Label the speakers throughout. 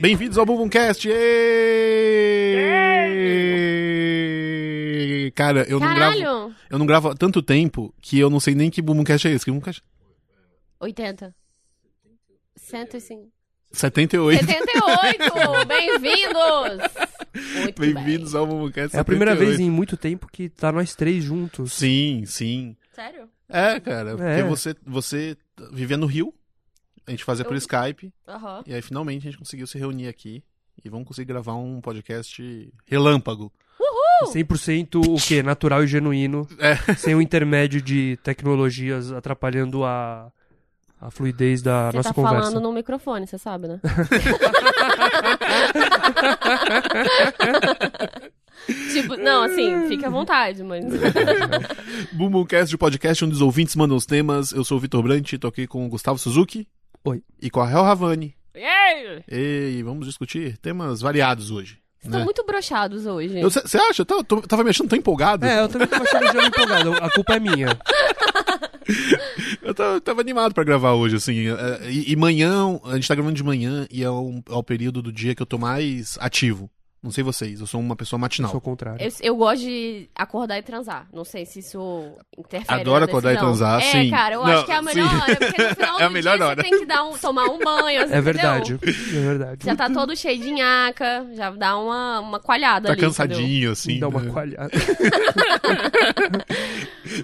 Speaker 1: Bem-vindos ao Bumbumcast! Êêêê! Cara, eu não, gravo,
Speaker 2: Caralho!
Speaker 1: eu não gravo há tanto tempo que eu não sei nem que Bumbumcast é esse. Que Bumbumcast?
Speaker 2: 80. 105.
Speaker 1: 78.
Speaker 2: 78! Bem-vindos! Muito
Speaker 1: Bem-vindos ao Bumbumcast
Speaker 3: É a primeira
Speaker 1: 78.
Speaker 3: vez em muito tempo que tá nós três juntos.
Speaker 1: Sim, sim.
Speaker 2: bem. Sério?
Speaker 1: É, cara, porque
Speaker 3: É.
Speaker 1: você, você vivia no Rio, a gente fazia por
Speaker 2: Eu-
Speaker 1: Skype,
Speaker 2: Aham.
Speaker 1: e aí finalmente a gente conseguiu se reunir aqui e vamos conseguir gravar um podcast relâmpago.
Speaker 3: 100% o quê? Natural e genuíno.
Speaker 1: É.
Speaker 3: Sem o intermédio de tecnologias atrapalhando a, a fluidez da
Speaker 2: Você
Speaker 3: nossa
Speaker 2: tá
Speaker 3: conversa.
Speaker 2: falando no microfone, você sabe, né? tipo, não, assim, fica à vontade, mas.
Speaker 1: Bumbumcast, o podcast onde os ouvintes mandam os temas. Eu sou o Vitor Brant, tô aqui com o Gustavo Suzuki.
Speaker 3: Oi.
Speaker 1: E com a Hel Ravani.
Speaker 2: Ei!
Speaker 1: E vamos discutir temas variados hoje.
Speaker 2: Estão
Speaker 1: né?
Speaker 2: muito broxados hoje.
Speaker 1: Você acha? Eu tava, tô- tava me achando tão empolgado.
Speaker 3: É, eu também tava achando já empolgado. A culpa é minha.
Speaker 1: Eu tava, tava animado pra gravar hoje, assim. é, E, e manhã, a gente tá gravando de manhã e é, um, é o período do dia que eu tô mais ativo. Não sei vocês, eu sou uma pessoa
Speaker 3: Eu sou
Speaker 1: matinal.
Speaker 3: o contrário.
Speaker 2: Eu, eu gosto de acordar e transar. Não sei se isso interfere.
Speaker 1: Adoro
Speaker 2: na
Speaker 1: acordar e
Speaker 2: decisão.
Speaker 1: transar,
Speaker 2: é,
Speaker 1: sim.
Speaker 2: cara, eu
Speaker 1: Não,
Speaker 2: acho que é a melhor
Speaker 1: sim.
Speaker 2: hora. Porque no final
Speaker 1: É a
Speaker 2: do
Speaker 1: melhor
Speaker 2: dia
Speaker 1: hora.
Speaker 2: você tem que dar um, tomar um banho.
Speaker 3: É
Speaker 2: entendeu?
Speaker 3: verdade. É verdade.
Speaker 2: Já tá todo cheio de nhaca, já dá uma, uma coalhada
Speaker 1: Tá
Speaker 2: ali. entendeu?
Speaker 1: cansadinho, assim.
Speaker 3: Me dá
Speaker 1: né?
Speaker 3: uma coalhada.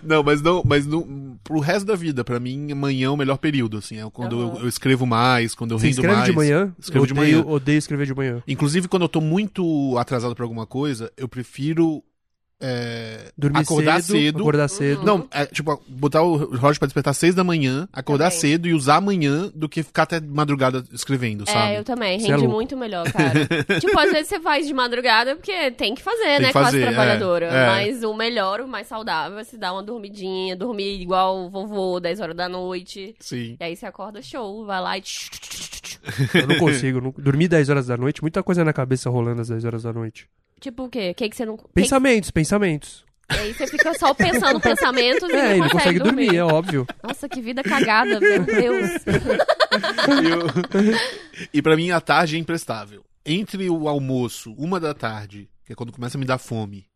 Speaker 1: Não, mas não, mas não, pro resto da vida, pra mim, manhã é o melhor período, assim. É quando
Speaker 2: Aham.
Speaker 1: eu, eu escrevo mais, quando eu
Speaker 3: Você
Speaker 1: rendo
Speaker 3: escreve
Speaker 1: mais.
Speaker 3: de manhã?
Speaker 1: Escrevo de
Speaker 3: Odeio-
Speaker 1: manhã.
Speaker 3: Odeio escrever de manhã.
Speaker 1: Inclusive, quando eu tô muito atrasado pra alguma coisa, eu prefiro. é,
Speaker 3: Dormir
Speaker 1: acordar
Speaker 3: cedo,
Speaker 1: cedo.
Speaker 3: Acordar cedo.
Speaker 1: Não, é, tipo, botar o relógio pra despertar às seis da manhã, acordar
Speaker 2: Também.
Speaker 1: cedo e usar amanhã do que ficar até madrugada escrevendo, sabe?
Speaker 2: É, eu também.
Speaker 3: Você
Speaker 2: Rende
Speaker 3: é louco.
Speaker 2: muito melhor, cara. tipo, às vezes você faz de madrugada porque tem que fazer,
Speaker 1: que
Speaker 2: né?
Speaker 1: fazer,
Speaker 2: classe
Speaker 1: é,
Speaker 2: trabalhadora.
Speaker 1: é.
Speaker 2: Mas o melhor, o mais saudável é se dar uma dormidinha, dormir igual o vovô, 10 horas da noite.
Speaker 1: Sim.
Speaker 2: E aí você acorda show, vai lá e.
Speaker 3: Eu não consigo. não- Dormir 10 horas da noite, muita coisa na cabeça rolando às 10 horas da noite.
Speaker 2: Tipo o quê? O que, que você não. que-
Speaker 3: Pensamentos, pensamentos.
Speaker 2: E aí você fica só pensando pensamentos e
Speaker 3: É, e
Speaker 2: não
Speaker 3: não consegue dormir, é óbvio.
Speaker 2: Nossa, que vida cagada, meu Deus.
Speaker 1: E, eu- e pra mim, a tarde é imprestável. Entre o almoço, uma da tarde, que é quando começa a me dar fome,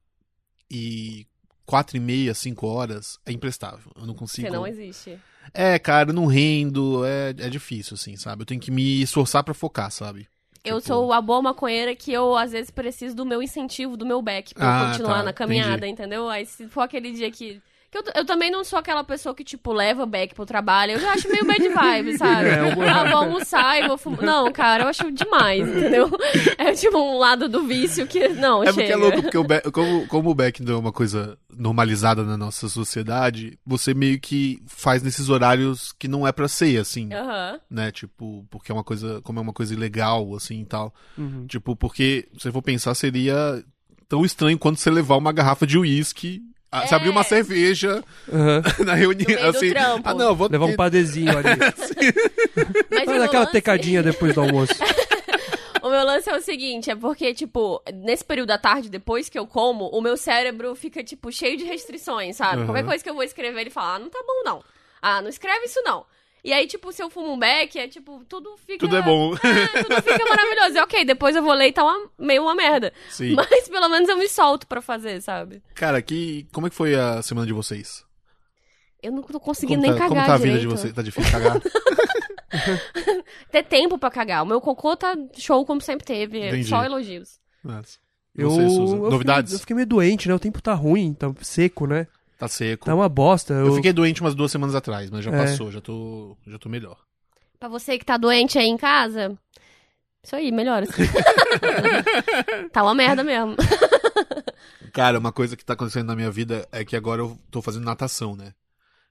Speaker 1: e quatro e meia, cinco horas, é imprestável. Eu não consigo.
Speaker 2: Você não existe.
Speaker 1: É, cara, eu não rendo, é, é difícil, assim, sabe? Eu tenho que me esforçar pra focar, sabe?
Speaker 2: Eu
Speaker 1: Tipo,
Speaker 2: sou a boa maconheira que eu, às vezes, preciso do meu incentivo, do meu back pra
Speaker 1: Ah,
Speaker 2: eu continuar
Speaker 1: tá,
Speaker 2: na caminhada, entendeu? Aí se for aquele dia que. que eu, eu também não sou aquela pessoa que, tipo, leva back pro trabalho. Eu já acho meio bad vibe, sabe?
Speaker 3: É, eu-
Speaker 2: Ah, vou almoçar e vou fumar. Não, cara, eu acho demais, entendeu? É tipo um lado do vício que. Não,
Speaker 1: É porque
Speaker 2: chega.
Speaker 1: é louco, porque o Be- como, como o Beck não é uma coisa normalizada na nossa sociedade, você meio que faz nesses horários que não é pra ser, assim,
Speaker 2: Aham.
Speaker 1: né? Tipo, porque é uma coisa, como é uma coisa ilegal, assim, e tal.
Speaker 3: Uhum.
Speaker 1: Tipo, porque, se eu for pensar, seria tão estranho quanto você levar uma garrafa de uísque, a- você
Speaker 2: É.
Speaker 1: abrir uma cerveja
Speaker 3: Aham.
Speaker 1: na reunião,
Speaker 2: meio do
Speaker 1: assim.
Speaker 2: trampo.
Speaker 1: Ah, não, vou
Speaker 3: Levar um padezinho ali.
Speaker 2: Mas
Speaker 3: Olha
Speaker 2: o
Speaker 3: aquela
Speaker 2: lance-
Speaker 3: tecadinha depois do almoço.
Speaker 2: O meu lance é o seguinte, é porque, tipo, nesse período da tarde, depois que eu como, o meu cérebro fica, tipo, cheio de restrições, sabe?
Speaker 1: Uhum.
Speaker 2: Qualquer coisa que eu vou escrever, ele fala, ah, não tá bom, não. Ah, não escreve isso, não. E aí, tipo, se eu fumo um beck, é tipo, tudo fica...
Speaker 1: Tudo é bom.
Speaker 2: É, tudo fica maravilhoso. E, ok, depois eu vou ler e tá uma- meio uma merda.
Speaker 1: Sim.
Speaker 2: Mas pelo menos eu me solto pra fazer, sabe?
Speaker 1: Cara, que, como é que foi a semana de vocês?
Speaker 2: Eu não tô
Speaker 1: Como
Speaker 2: conseguindo
Speaker 1: tá,
Speaker 2: nem cagar
Speaker 1: como tá a vida de
Speaker 2: direito.
Speaker 1: vocês? Tá difícil cagar?
Speaker 2: Ter tempo pra cagar. O meu cocô tá show como sempre teve.
Speaker 1: Entendi.
Speaker 2: Só elogios.
Speaker 1: Nossa. E
Speaker 3: Eu,
Speaker 1: você, Suzy?
Speaker 3: eu
Speaker 1: Novidades?
Speaker 3: Fiquei, eu fiquei meio doente, né? O tempo tá ruim, tá seco, né?
Speaker 1: Tá seco.
Speaker 3: Tá uma bosta.
Speaker 1: Eu
Speaker 3: Eu,
Speaker 1: fiquei doente umas duas semanas atrás, mas já
Speaker 3: É.
Speaker 1: passou, já tô, já tô melhor.
Speaker 2: Pra você que tá doente aí em casa, isso aí, melhora. tá uma merda mesmo.
Speaker 1: Cara, uma coisa que tá acontecendo na minha vida é que agora eu tô fazendo natação, né?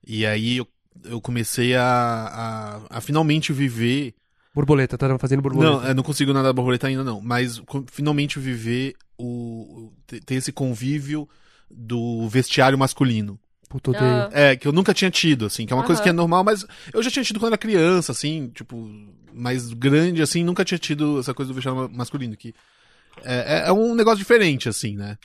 Speaker 1: E aí eu, eu comecei a, a, a finalmente viver.
Speaker 3: Borboleta, tá fazendo borboleta.
Speaker 1: Não, eu não consigo nadar borboleta ainda, não. Mas co- finalmente viver o. o- ter- ter esse convívio do vestiário masculino.
Speaker 3: Puta, odeio.
Speaker 2: Ah,
Speaker 1: É, que eu nunca tinha tido, assim, que é uma coisa
Speaker 2: Aham.
Speaker 1: que é normal, mas eu já tinha tido quando era criança, assim, tipo, mais grande, assim, nunca tinha tido essa coisa do vestiário ma- masculino, que é, é- é um negócio diferente, assim, né?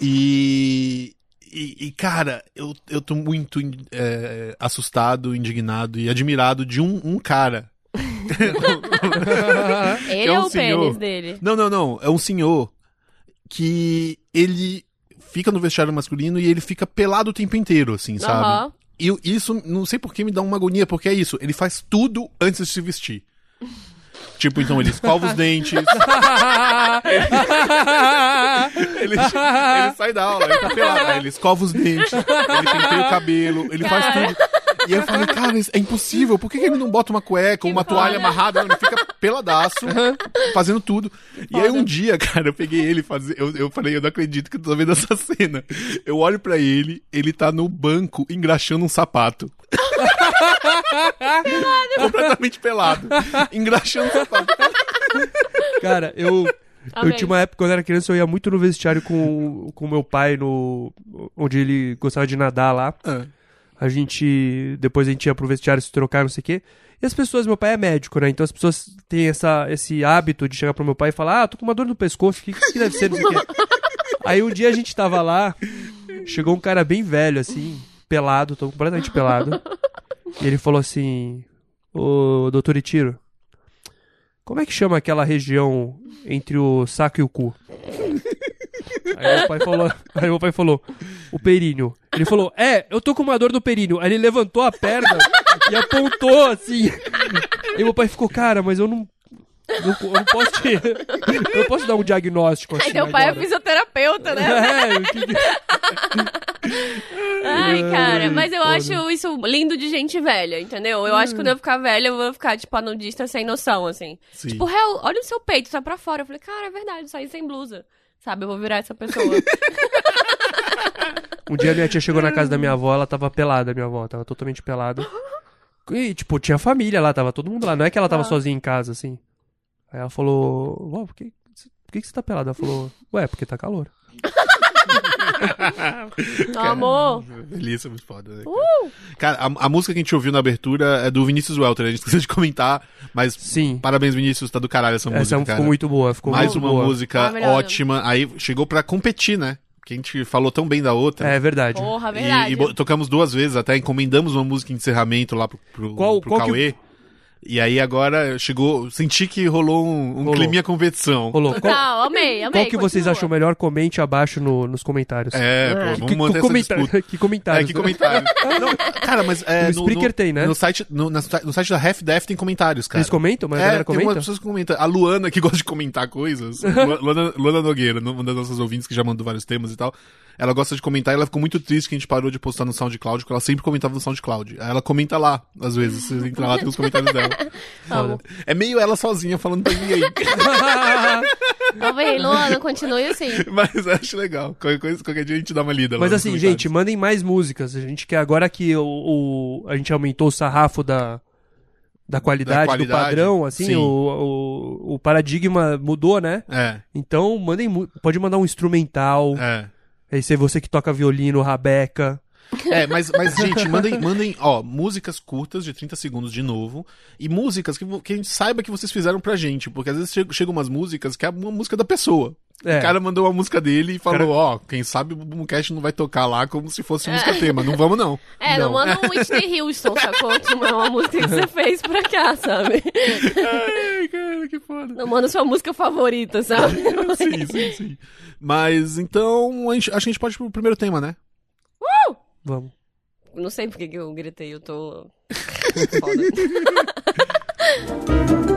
Speaker 1: E. E, e, cara, eu, eu tô muito in- é, assustado, indignado e admirado de um, um cara.
Speaker 2: Ah, ele
Speaker 1: é um
Speaker 2: ou o
Speaker 1: senhor.
Speaker 2: pênis dele?
Speaker 1: Não, não, não. É um senhor que ele fica no vestiário masculino e ele fica pelado o tempo inteiro, assim, sabe?
Speaker 2: Aham.
Speaker 1: E eu- isso, não sei por que me dá uma agonia, porque é isso. Ele faz tudo antes de se vestir. tipo, então ele escova os dentes, ele, ele sai da aula, ele tá pelado, aí ele escova os dentes, ele penteia o cabelo, ele faz
Speaker 2: Cara.
Speaker 1: tudo. E eu falei, cara, isso é impossível, por que que ele não bota uma cueca ou uma
Speaker 2: foda.
Speaker 1: toalha amarrada? Não, Ele fica peladaço, fazendo tudo. E aí um dia, cara, eu peguei ele fazer. Eu, eu falei, eu não acredito que eu tô vendo essa cena. Eu olho pra ele, ele tá no banco engraxando um sapato. Completamente pelado. Engraxando um sapato.
Speaker 3: Cara, eu. Eu
Speaker 2: Amei.
Speaker 3: tinha uma época, quando eu era criança, eu ia muito no vestiário com com meu pai, no onde ele gostava de nadar lá.
Speaker 1: Ah.
Speaker 3: A gente. Depois a gente ia pro vestiário se trocar, não sei o quê. E as pessoas, meu pai é médico, né? Então as pessoas têm essa, esse hábito de chegar pro meu pai e falar: Ah, tô com uma dor no pescoço, o que, que deve ser? Não sei o quê. Aí um dia a gente tava lá, chegou um cara bem velho, assim, pelado, tô completamente pelado. E ele falou assim: Ô, doutor Itiro, como é que chama aquela região entre o saco e o cu? Aí meu pai falou, aí meu pai falou, o períneo. Ele falou, é, eu tô com uma dor no períneo. Aí ele levantou a perna e apontou assim. E meu pai ficou, cara, mas eu não. Eu, eu não posso te. Eu não posso dar um diagnóstico assim.
Speaker 2: Aí teu pai é
Speaker 3: agora."
Speaker 2: fisioterapeuta, né?
Speaker 3: É, eu que-
Speaker 2: Ai, cara, mas eu
Speaker 3: Foda.
Speaker 2: acho isso lindo de gente velha, entendeu? Eu acho que
Speaker 1: Hum.
Speaker 2: quando eu ficar velha, eu vou ficar, tipo, anudista sem noção, assim.
Speaker 1: Sim.
Speaker 2: Tipo, real, olha o seu peito, tá pra fora. Eu falei, cara, é verdade, saí sem blusa. Sabe, eu vou virar essa pessoa.
Speaker 3: Um dia minha tia chegou na casa da minha avó, ela tava pelada, minha avó, tava totalmente pelada. E, tipo, tinha família lá, tava todo mundo lá. Não é que
Speaker 2: Ah.
Speaker 3: ela tava sozinha em casa, assim. Aí ela falou, vó, por que, por que, que você tá pelada? Ela falou, ué, porque tá calor.
Speaker 2: Amor.
Speaker 1: Delícia, muito foda. Né, cara, Cara, a, a música que a gente ouviu na abertura é do Vinícius Welter, a gente esqueceu de comentar, mas
Speaker 3: Sim.
Speaker 1: parabéns, Vinícius, tá do caralho essa,
Speaker 3: Essa
Speaker 1: música,
Speaker 3: ficou
Speaker 1: cara.
Speaker 3: muito boa, ficou
Speaker 1: Mais
Speaker 3: muito
Speaker 1: uma
Speaker 3: boa.
Speaker 1: música
Speaker 2: Ah, melhor.
Speaker 1: ótima. Aí chegou pra competir, né? Que a gente falou tão bem da outra.
Speaker 3: É verdade.
Speaker 2: Porra,
Speaker 1: E-
Speaker 2: verdade.
Speaker 1: E, bo- tocamos duas vezes até, encomendamos uma música de encerramento lá pro, pro,
Speaker 3: Qual-
Speaker 1: pro
Speaker 3: qual que-
Speaker 1: Cauê. E aí agora chegou. Senti que rolou um, um
Speaker 3: Rolou.
Speaker 1: climinha competição.
Speaker 3: Ô, louco, qual,
Speaker 2: Total, amei, tá, amei.
Speaker 3: qual que vocês
Speaker 2: continua.
Speaker 3: acham melhor? Comente abaixo no- nos comentários.
Speaker 1: É,
Speaker 2: É.
Speaker 1: pô,
Speaker 3: Que-
Speaker 1: vamos manter
Speaker 3: que,
Speaker 1: essa
Speaker 3: comentário-
Speaker 1: disputa.
Speaker 3: que comentários?
Speaker 1: É, que comentário. Não, cara, mas. É,
Speaker 3: No Spreaker tem, né?
Speaker 1: No site, no, na- no site da Half Death tem comentários, cara.
Speaker 3: Eles comentam? Mas a
Speaker 1: É,
Speaker 3: galera
Speaker 1: tem umas
Speaker 3: comenta?
Speaker 1: pessoas que comentam. A Luana, que gosta de comentar coisas. Lu- Luana, Luana Nogueira, uma das nossas ouvintes que já mandou vários temas e tal. Ela gosta de comentar e ela ficou muito triste que a gente parou de postar no SoundCloud, porque ela sempre comentava no SoundCloud. Aí ela comenta lá, às vezes. Vocês entram lá, tem os comentários dela.
Speaker 2: Amo.
Speaker 1: É meio ela sozinha falando pra ninguém.
Speaker 2: Amei, Luana, continue assim.
Speaker 1: Mas eu acho legal. Qualquer, coisa, qualquer dia a gente dá uma lida lá
Speaker 3: Mas
Speaker 1: nos
Speaker 3: assim,
Speaker 1: comentários.
Speaker 3: gente, mandem mais músicas. A gente quer agora que o, o- a gente aumentou o sarrafo da, da, qualidade, do
Speaker 1: qualidade,
Speaker 3: padrão, assim,
Speaker 1: sim.
Speaker 3: o, o, o paradigma mudou, né?
Speaker 1: É,
Speaker 3: Então, mandem, mu- pode mandar um instrumental.
Speaker 1: é.
Speaker 3: Aí se é você que toca violino, rabeca.
Speaker 1: É, mas, mas gente, mandem, mandem, ó, músicas curtas de 30 segundos de novo e músicas que, vo- que a gente saiba que vocês fizeram pra gente, porque às vezes chegam chega umas músicas que é uma música da pessoa.
Speaker 3: É.
Speaker 1: O cara mandou uma música dele e falou,
Speaker 3: Cara-
Speaker 1: ó, quem sabe o Boomcast não vai tocar lá como se fosse música tema. Não vamos, não.
Speaker 2: É, não,
Speaker 3: Não.
Speaker 2: manda um Whitney Houston, sacou? Que não é uma música que você fez pra cá, sabe?
Speaker 1: Ai, cara, que foda.
Speaker 2: Não manda sua música favorita, sabe?
Speaker 1: Sim, sim, sim. Mas então, a gente, acho que a gente pode ir pro primeiro tema, né?
Speaker 3: Vamos.
Speaker 2: Não sei porque que eu gritei, eu tô. Foda.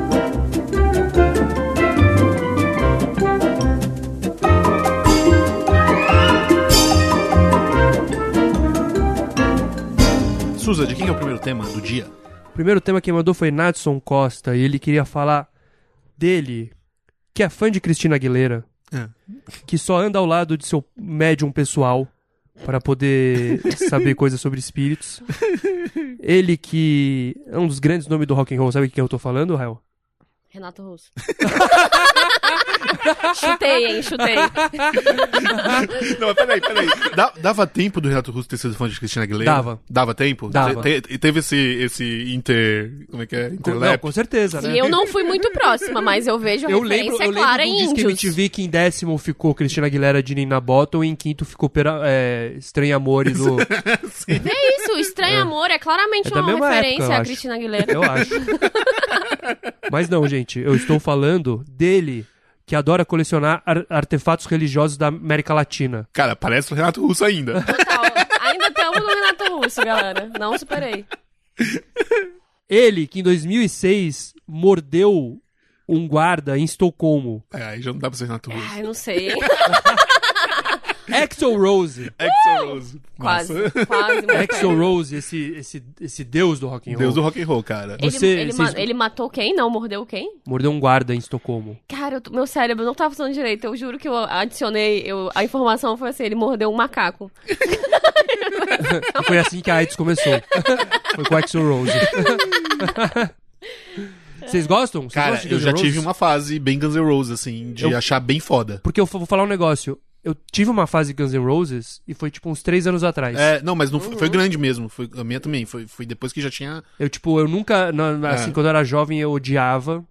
Speaker 1: Suza, de quem é o primeiro tema do dia?
Speaker 3: O primeiro tema que mandou foi Nadson Costa. E ele queria falar dele, que é fã de Cristina Aguilera,
Speaker 1: É.
Speaker 3: que só anda ao lado de seu médium pessoal para poder saber coisas sobre espíritos. Ele que é um dos grandes nomes do rock and roll, sabe quem eu tô falando, Rael?
Speaker 2: Renato Russo. chutei, hein? Chutei.
Speaker 1: Não, mas peraí, peraí. Da- dava tempo do Renato Russo ter sido fã de Cristina Aguilera?
Speaker 3: Dava.
Speaker 1: Dava tempo?
Speaker 3: Dava.
Speaker 1: Te- te- teve esse, esse inter... Como é que é?
Speaker 3: Não,
Speaker 1: Interlap?
Speaker 3: com certeza, né?
Speaker 2: E eu não fui muito próxima, mas eu vejo a
Speaker 3: Eu
Speaker 2: referência é
Speaker 3: lembro, eu lembro
Speaker 2: clara
Speaker 3: do
Speaker 2: em
Speaker 3: disco que
Speaker 2: índios.
Speaker 3: MTV que em décimo ficou Cristina Aguilera de Nina Bottom e em quinto ficou Pera- é, Estranho Amores do...
Speaker 2: É isso, Estranho Amor é claramente
Speaker 3: É da
Speaker 2: uma
Speaker 3: mesma época,
Speaker 2: referência
Speaker 3: eu
Speaker 2: à
Speaker 3: acho.
Speaker 2: Cristina Aguilera.
Speaker 3: Eu acho. Mas não, gente, eu estou falando dele que adora colecionar ar- artefatos religiosos da América Latina.
Speaker 1: Cara, parece o Renato Russo ainda.
Speaker 2: Total. Ainda estamos no Renato Russo, galera. Não superei.
Speaker 3: Ele que em 2006 mordeu um guarda em Estocolmo.
Speaker 1: É, aí já não dá pra ser Renato Russo.
Speaker 2: Ai, não sei. hein?
Speaker 3: Axel Rose.
Speaker 1: Axel Rose.
Speaker 2: Quase,
Speaker 1: Nossa.
Speaker 2: quase. muito
Speaker 3: Axel
Speaker 2: perto.
Speaker 3: Rose, esse, esse, esse deus do rock and roll.
Speaker 1: Deus do rock and roll, cara.
Speaker 2: Ele,
Speaker 3: Você-
Speaker 2: ele, ma-
Speaker 3: vocês-
Speaker 2: ele matou quem? Não, mordeu quem?
Speaker 3: Mordeu um guarda em Estocolmo.
Speaker 2: Cara, eu tô- meu cérebro não tá funcionando direito. Eu juro que eu adicionei. Eu, a informação foi assim: ele mordeu um macaco.
Speaker 3: E Foi assim que a AIDS começou. Foi com Axel Rose. Vocês gostam? Vocês
Speaker 1: Cara,
Speaker 3: gostam de
Speaker 1: eu
Speaker 3: Guns
Speaker 1: já
Speaker 3: N'
Speaker 1: tive
Speaker 3: Roses?
Speaker 1: uma fase bem Guns N' Roses, assim, de
Speaker 3: Eu-
Speaker 1: achar bem foda.
Speaker 3: Porque eu f- vou falar um negócio. Eu tive uma fase Guns N' Roses e foi tipo uns três anos atrás.
Speaker 1: É, não, mas não foi, foi
Speaker 3: Uhum.
Speaker 1: grande mesmo. Foi, a minha também. Foi, foi depois que já tinha.
Speaker 3: Eu, tipo, eu nunca. na- na- Assim,
Speaker 1: É.
Speaker 3: quando eu era jovem, eu odiava.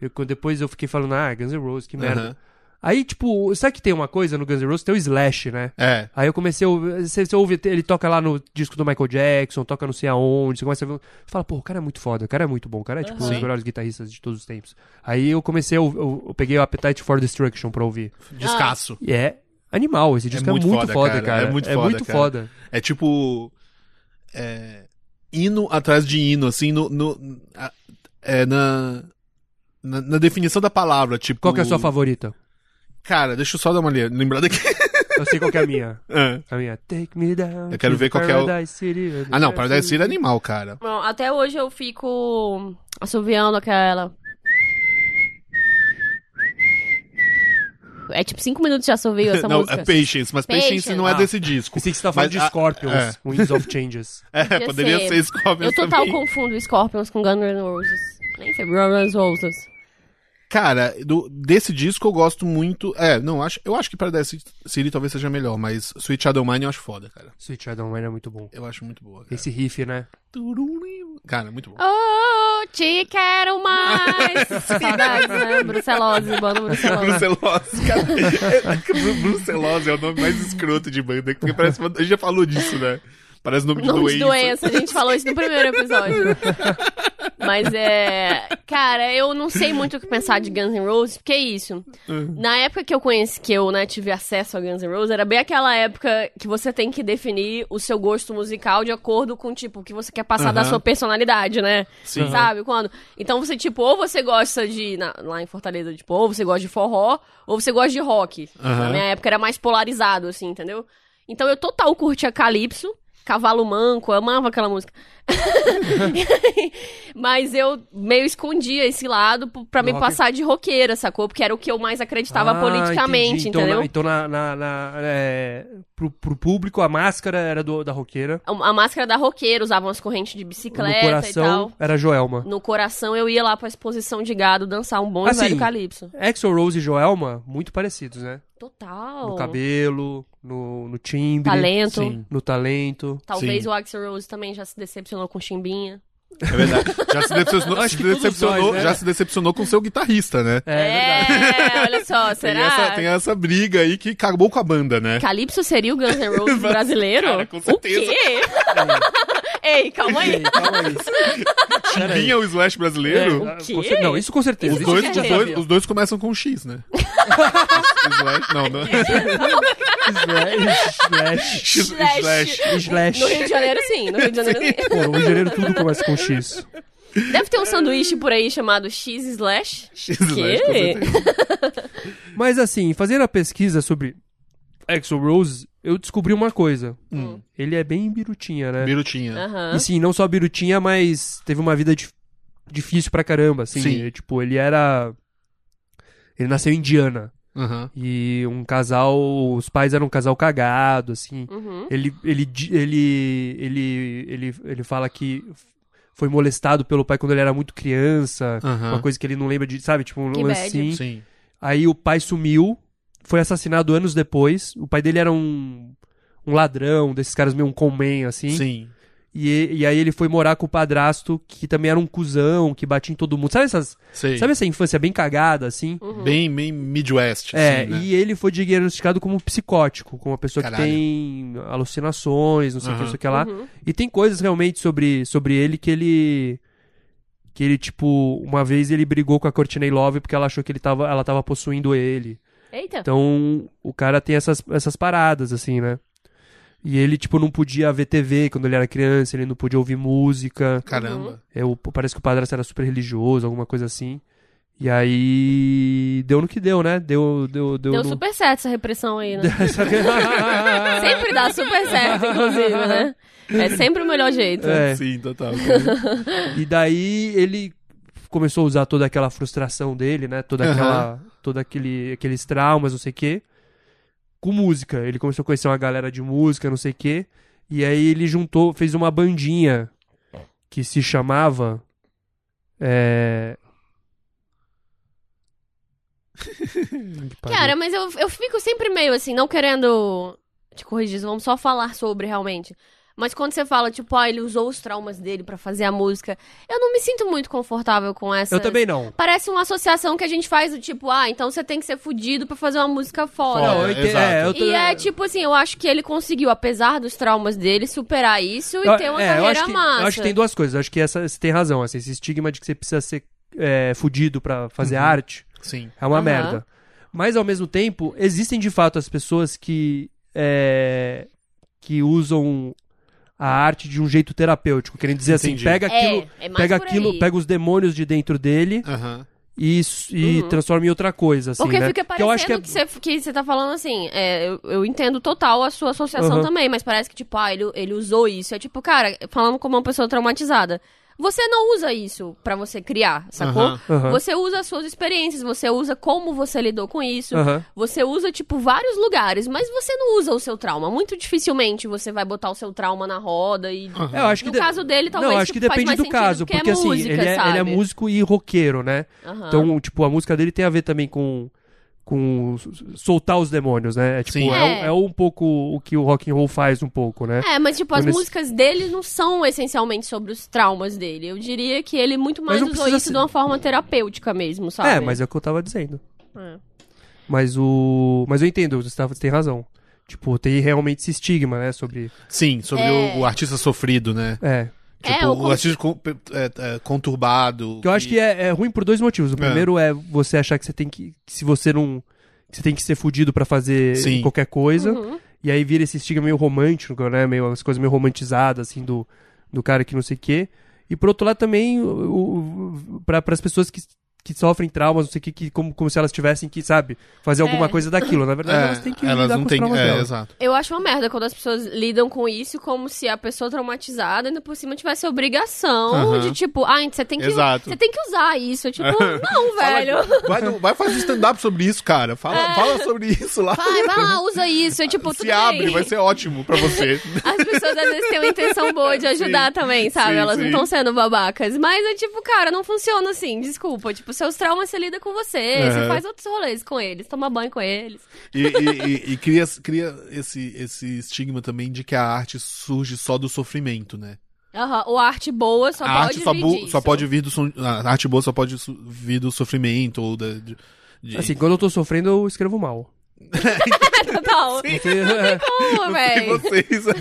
Speaker 3: Eu, quando- depois eu fiquei falando, ah, Guns N' Roses, que merda.
Speaker 1: Aham.
Speaker 3: Aí, tipo, sabe que tem uma coisa no Guns N' Roses? Tem o Slash, né?
Speaker 1: É.
Speaker 3: Aí eu comecei a ouvir, você, você ouve, ele toca lá no disco do Michael Jackson, toca não sei aonde, você começa a ver, você fala, pô, o cara é muito foda, o cara é muito bom, o cara é tipo um dos
Speaker 1: Sim.
Speaker 3: melhores guitarristas de todos os tempos. Aí eu comecei, a ouvir- eu, eu peguei o Appetite for Destruction pra ouvir.
Speaker 1: Descasso.
Speaker 3: E é animal, esse disco é, muito, foda, cara.
Speaker 1: É muito foda, cara.
Speaker 3: foda.
Speaker 1: É tipo. É, hino atrás de hino, assim, no. no- a- é, na, na. na definição da palavra, tipo.
Speaker 3: Qual que é a sua favorita?
Speaker 1: Cara, deixa eu só dar uma olhada- lembrada aqui.
Speaker 3: Eu sei qual que é a minha.
Speaker 1: É.
Speaker 3: A minha, Take Me Down.
Speaker 1: Eu quero
Speaker 3: to
Speaker 1: ver qual que é o-
Speaker 3: Paradise City.
Speaker 1: Ah, não, Paradise City é animal, cara.
Speaker 2: Bom, até hoje eu fico assoviando aquela. É tipo cinco minutos de assovio essa
Speaker 1: Não,
Speaker 2: música.
Speaker 1: é Patience, mas Patience,
Speaker 2: Patience.
Speaker 1: não é
Speaker 3: Ah.
Speaker 1: desse disco.
Speaker 3: Pensei que você tá falando
Speaker 1: Mas
Speaker 3: de
Speaker 1: a-
Speaker 3: Scorpions,
Speaker 1: é.
Speaker 3: Winds of Changes.
Speaker 1: É, poderia
Speaker 2: ser.
Speaker 1: ser Scorpions
Speaker 2: Eu total
Speaker 1: também.
Speaker 2: confundo Scorpions com Guns N' Roses. Nem sei, Guns N' Roses.
Speaker 1: Cara, do, desse disco eu gosto muito. É, não, acho, eu acho que Paradise City talvez seja melhor, mas Sweet Shadow Mine eu acho foda, cara.
Speaker 3: Sweet Shadow Mine é muito bom.
Speaker 1: Eu acho muito boa. Cara,
Speaker 3: Esse riff, né?
Speaker 1: cara muito bom.
Speaker 2: Oh, te quero mais! Saudades, né? Brucelose, banda Brucelose.
Speaker 1: Brucelose, cara. Bru- Brucelose é o nome mais escroto de banda, porque parece. uma- A gente já falou disso, né? Parece nome de
Speaker 2: Nome
Speaker 1: doença.
Speaker 2: de doença, a gente falou isso no primeiro episódio. Mas é. Cara, eu não sei muito o que pensar de Guns N' Roses, porque é isso.
Speaker 1: Uhum.
Speaker 2: Na época que eu conheci, que eu né, tive acesso a Guns N' Roses, era bem aquela época que você tem que definir o seu gosto musical de acordo com, tipo, o que você quer passar da
Speaker 1: Aham.
Speaker 2: sua personalidade, né?
Speaker 1: Uhum. Sim.
Speaker 2: Sabe? Quando. Então você, tipo, ou você gosta de. na- lá em Fortaleza, tipo, ou você gosta de forró, ou você gosta de rock.
Speaker 1: Aham.
Speaker 2: Na minha época era mais polarizado, assim, entendeu? Então eu total curtia Calypso, Cavalo Manco, eu amava aquela música. Mas eu meio escondia esse lado p- pra me
Speaker 3: Rock.
Speaker 2: passar de roqueira, sacou? Porque era o que eu mais acreditava
Speaker 3: Ah,
Speaker 2: politicamente,
Speaker 3: entendi. então,
Speaker 2: entendeu?
Speaker 3: Na, então, na, na- na- é, pro, pro público, a máscara era do, da roqueira.
Speaker 2: A a máscara da roqueira, usavam as correntes de
Speaker 3: no
Speaker 2: bicicleta e tal.
Speaker 3: coração, era Joelma.
Speaker 2: No coração eu ia lá pra exposição de gado dançar um bom e
Speaker 3: Assim,
Speaker 2: velho calypso.
Speaker 3: Axel Rose e Joelma, muito parecidos, né?
Speaker 2: Total.
Speaker 3: No cabelo, no, no timbre.
Speaker 2: Oh. Talento. Tá.
Speaker 3: Sim. No talento.
Speaker 2: Talvez
Speaker 1: Sim.
Speaker 2: o Axel Rose também já se decepcionou com Chimbinha.
Speaker 1: É verdade. Já se decepcionou,
Speaker 3: Acho
Speaker 1: se
Speaker 3: que todos
Speaker 1: decepcionou-
Speaker 3: nós, né?
Speaker 1: já se decepcionou com seu guitarrista, né?
Speaker 3: É, verdade.
Speaker 2: olha só,
Speaker 1: Tem,
Speaker 2: será?
Speaker 1: essa, tem essa briga aí que acabou com a banda, né?
Speaker 2: Calypso seria o Guns N' Roses brasileiro?
Speaker 1: Cara, com certeza.
Speaker 2: O quê? Ei, calma aí.
Speaker 3: Ei, calma aí. Peraí.
Speaker 1: Chimbinha é o Slash brasileiro.
Speaker 2: É, o quê?
Speaker 3: Com cer- Não, isso com certeza.
Speaker 1: Os
Speaker 3: isso
Speaker 1: dois,
Speaker 3: com
Speaker 1: os,
Speaker 2: já
Speaker 1: dois,
Speaker 3: certeza.
Speaker 1: os dois começam com X, né? Os- Slash, não, não.
Speaker 3: Slash.
Speaker 1: X-
Speaker 2: Slash.
Speaker 1: Slash.
Speaker 3: Slash.
Speaker 2: No Rio de Janeiro, sim. No Rio de Janeiro, sim.
Speaker 3: Pô, no Rio de Janeiro tudo começa com X.
Speaker 2: Deve ter um sanduíche por aí chamado X slash.
Speaker 1: X Slash, com
Speaker 2: Quê?
Speaker 1: certeza.
Speaker 3: Mas assim, fazendo a pesquisa sobre Axel Rose, eu descobri uma coisa.
Speaker 1: Hum.
Speaker 3: Ele é bem birutinha, né?
Speaker 1: Birutinha.
Speaker 2: Aham.
Speaker 3: E sim, não só birutinha, mas teve uma vida dif- difícil pra caramba, assim.
Speaker 1: Sim.
Speaker 3: E, Tipo, ele era... Ele nasceu em Indiana.
Speaker 1: Aham.
Speaker 3: E um casal... Os pais eram um casal cagado, assim.
Speaker 2: Uhum.
Speaker 3: Ele, ele, di- ele, ele, ele, ele fala que f- foi molestado pelo pai quando ele era muito criança.
Speaker 1: Aham.
Speaker 3: Uma coisa que ele não lembra de, sabe? Tipo, um
Speaker 2: Que
Speaker 3: lance
Speaker 2: bad.
Speaker 3: assim.
Speaker 1: Sim.
Speaker 3: Aí o pai sumiu, foi assassinado anos depois. O pai dele era um, um ladrão, desses caras meio um conman, assim.
Speaker 1: Sim.
Speaker 3: E, e aí ele foi morar com o padrasto, que também era um cuzão, que batia em todo mundo. Sabe, essas,
Speaker 1: Sei.
Speaker 3: sabe essa infância bem cagada, assim?
Speaker 2: Uhum.
Speaker 1: Bem, bem Midwest,
Speaker 3: É,
Speaker 1: assim, né?
Speaker 3: e ele foi diagnosticado como um psicótico, como uma pessoa
Speaker 1: Caralho.
Speaker 3: que tem alucinações, não sei o que,
Speaker 1: Aham.
Speaker 3: não sei o que lá.
Speaker 2: Uhum.
Speaker 3: E tem coisas realmente sobre, sobre ele que ele. Que ele, tipo, uma vez ele brigou com a Courtney Love porque ela achou que ele tava, ela tava possuindo ele.
Speaker 2: Eita.
Speaker 3: Então, o cara tem essas, essas paradas, assim, né? E ele, tipo, não podia ver TV quando ele era criança, ele não podia ouvir música.
Speaker 2: Uhum.
Speaker 1: Caramba.
Speaker 3: É, o- parece que o padrasto era super religioso, alguma coisa assim. E aí. Deu no que deu, né? Deu. Deu, deu,
Speaker 2: Deu
Speaker 3: no...
Speaker 2: super certo essa repressão aí, né?
Speaker 3: Essa-
Speaker 2: sempre dá super certo, inclusive, né? É sempre o melhor jeito.
Speaker 3: É.
Speaker 1: Sim, total.
Speaker 3: E daí ele começou a usar toda aquela frustração dele, né? Toda aquela, todo aquele, aqueles traumas, não sei o quê, com música. Ele começou a conhecer uma galera de música, não sei o quê. E aí ele juntou, fez uma bandinha que se chamava é... Que pariu.
Speaker 2: Cara, mas eu, eu fico sempre meio assim, não querendo te corrigir, vamos só falar sobre realmente. Mas quando você fala, tipo, ah, ele usou os traumas dele pra fazer a música, eu não me sinto muito confortável com essa.
Speaker 3: eu também não.
Speaker 2: Parece uma associação que a gente faz do tipo, ah, então você tem que ser fudido pra fazer uma música fora.
Speaker 1: Fora.
Speaker 3: Não, eu
Speaker 1: é,
Speaker 3: entendo-
Speaker 1: exato.
Speaker 3: é, eu tô-
Speaker 2: E é tipo assim, eu acho que ele conseguiu, apesar dos traumas dele, superar isso e ter uma
Speaker 3: é, eu
Speaker 2: carreira
Speaker 3: acho que,
Speaker 2: massa.
Speaker 3: Eu acho que tem duas coisas. Eu acho que essa, você tem razão. Assim, esse estigma de que você precisa ser é, fudido pra fazer arte
Speaker 1: Sim.
Speaker 3: é uma
Speaker 2: Aham.
Speaker 3: merda. Mas, ao mesmo tempo, existem de fato as pessoas que, é, que usam a arte de um jeito terapêutico. Querem dizer
Speaker 1: Entendi.
Speaker 3: assim, pega aquilo...
Speaker 2: é, é mais
Speaker 3: Pega
Speaker 2: por
Speaker 3: aquilo,
Speaker 2: aí.
Speaker 3: pega os demônios de dentro dele
Speaker 1: Aham.
Speaker 3: e, s- e
Speaker 2: Uhum.
Speaker 3: transforma em outra coisa, assim,
Speaker 2: Porque
Speaker 3: né?
Speaker 2: fica
Speaker 3: Que
Speaker 2: parecendo
Speaker 3: eu acho que é-
Speaker 2: você, que você tá falando assim, é, eu, eu entendo total a sua associação
Speaker 3: Aham.
Speaker 2: também, mas parece que, tipo, ah, ele, ele usou isso. É tipo, cara, falando como uma pessoa traumatizada. Você não usa isso pra você criar, sacou?
Speaker 1: Aham.
Speaker 3: Aham.
Speaker 2: Você usa as suas experiências, você usa como você lidou com isso.
Speaker 3: Aham.
Speaker 2: Você usa, tipo, vários lugares, mas você não usa o seu trauma. Muito dificilmente você vai botar o seu trauma na roda e.
Speaker 1: Aham.
Speaker 3: É, eu acho que
Speaker 2: No
Speaker 3: de-
Speaker 2: caso dele, talvez
Speaker 3: Não, acho
Speaker 2: tipo,
Speaker 3: que depende
Speaker 2: faz mais
Speaker 3: do
Speaker 2: sentido,
Speaker 3: caso, porque,
Speaker 2: é
Speaker 3: assim,
Speaker 2: música,
Speaker 3: ele, é,
Speaker 2: sabe?
Speaker 3: ele é músico e roqueiro, né?
Speaker 2: Aham.
Speaker 3: Então, tipo, a música dele tem a ver também com, com s- soltar os demônios, né? É, tipo,
Speaker 1: Sim.
Speaker 3: é, um-
Speaker 2: É.
Speaker 3: é um pouco o que o rock and roll faz um pouco, né?
Speaker 2: É, mas tipo,
Speaker 3: Eu
Speaker 2: as
Speaker 3: nesse-
Speaker 2: músicas dele não são essencialmente sobre os traumas dele. Eu diria que ele é muito mais
Speaker 3: não
Speaker 2: usou
Speaker 3: precisa
Speaker 2: isso
Speaker 3: ser-
Speaker 2: de uma forma terapêutica mesmo, sabe?
Speaker 3: É, mas é o que eu tava dizendo.
Speaker 2: É.
Speaker 3: Mas o. Mas eu entendo, você, tá- você tem razão. Tipo, tem realmente esse estigma, né? Sobre.
Speaker 1: Sim, sobre
Speaker 2: É.
Speaker 1: O, o artista sofrido, né?
Speaker 3: É.
Speaker 2: É,
Speaker 1: Tipo,
Speaker 2: ou
Speaker 1: o
Speaker 2: como-
Speaker 1: artista con- pe- é, é, conturbado.
Speaker 3: Que eu acho que é, é ruim por dois motivos. O primeiro é você achar que você tem que. que se você não. que você tem que ser fudido pra fazer
Speaker 1: Sim.
Speaker 3: qualquer coisa.
Speaker 2: Uhum.
Speaker 3: E aí vira esse estigma meio romântico, né? Meio, as coisas meio romantizadas, assim, do, do cara que não sei o quê. E por outro lado também, para as pessoas que, que sofrem traumas, não sei o quê, que, como, como se elas tivessem que, sabe, fazer alguma
Speaker 2: É.
Speaker 3: coisa daquilo. Na verdade,
Speaker 1: É,
Speaker 3: elas têm que
Speaker 1: elas
Speaker 3: lidar
Speaker 1: não
Speaker 3: com os
Speaker 1: têm.
Speaker 3: traumas
Speaker 1: É,
Speaker 3: delas.
Speaker 1: exato.
Speaker 2: Eu acho uma merda quando as pessoas lidam com isso como se a pessoa traumatizada ainda por cima tivesse a obrigação
Speaker 1: Aham.
Speaker 2: de tipo, ah, você tem que
Speaker 1: Exato.
Speaker 2: você tem que usar isso, Eu, tipo, não, velho.
Speaker 1: Vai, no- vai fazer stand-up sobre isso, cara. Fala, fala sobre isso lá.
Speaker 2: Vai, vai lá, usa isso. Eu, tipo, Ah. tudo
Speaker 1: Se abre,
Speaker 2: bem.
Speaker 1: vai ser ótimo pra você.
Speaker 2: As pessoas às vezes têm uma intenção boa de ajudar
Speaker 1: Sim.
Speaker 2: também, sabe?
Speaker 1: Sim,
Speaker 2: Elas não
Speaker 1: sim.
Speaker 2: estão sendo babacas. Mas é tipo, cara, não funciona assim, desculpa. Tipo, seus traumas você lida com você, você
Speaker 1: Aham.
Speaker 2: faz outros rolês com eles, toma banho com eles.
Speaker 1: E, e- e- e cria, cria esse, esse estigma também de que a arte surge só do sofrimento, né?
Speaker 2: Aham, ou a arte boa só
Speaker 1: a
Speaker 2: pode
Speaker 1: arte só,
Speaker 2: vir
Speaker 1: bu-
Speaker 2: disso.
Speaker 1: só pode vir do son- a arte boa só pode su- vir do sofrimento ou da de- de-
Speaker 3: Assim, quando eu tô sofrendo, eu escrevo mal. é,
Speaker 2: Total.
Speaker 3: Não sei-
Speaker 2: Pô,
Speaker 1: E
Speaker 2: véi,
Speaker 1: vocês né?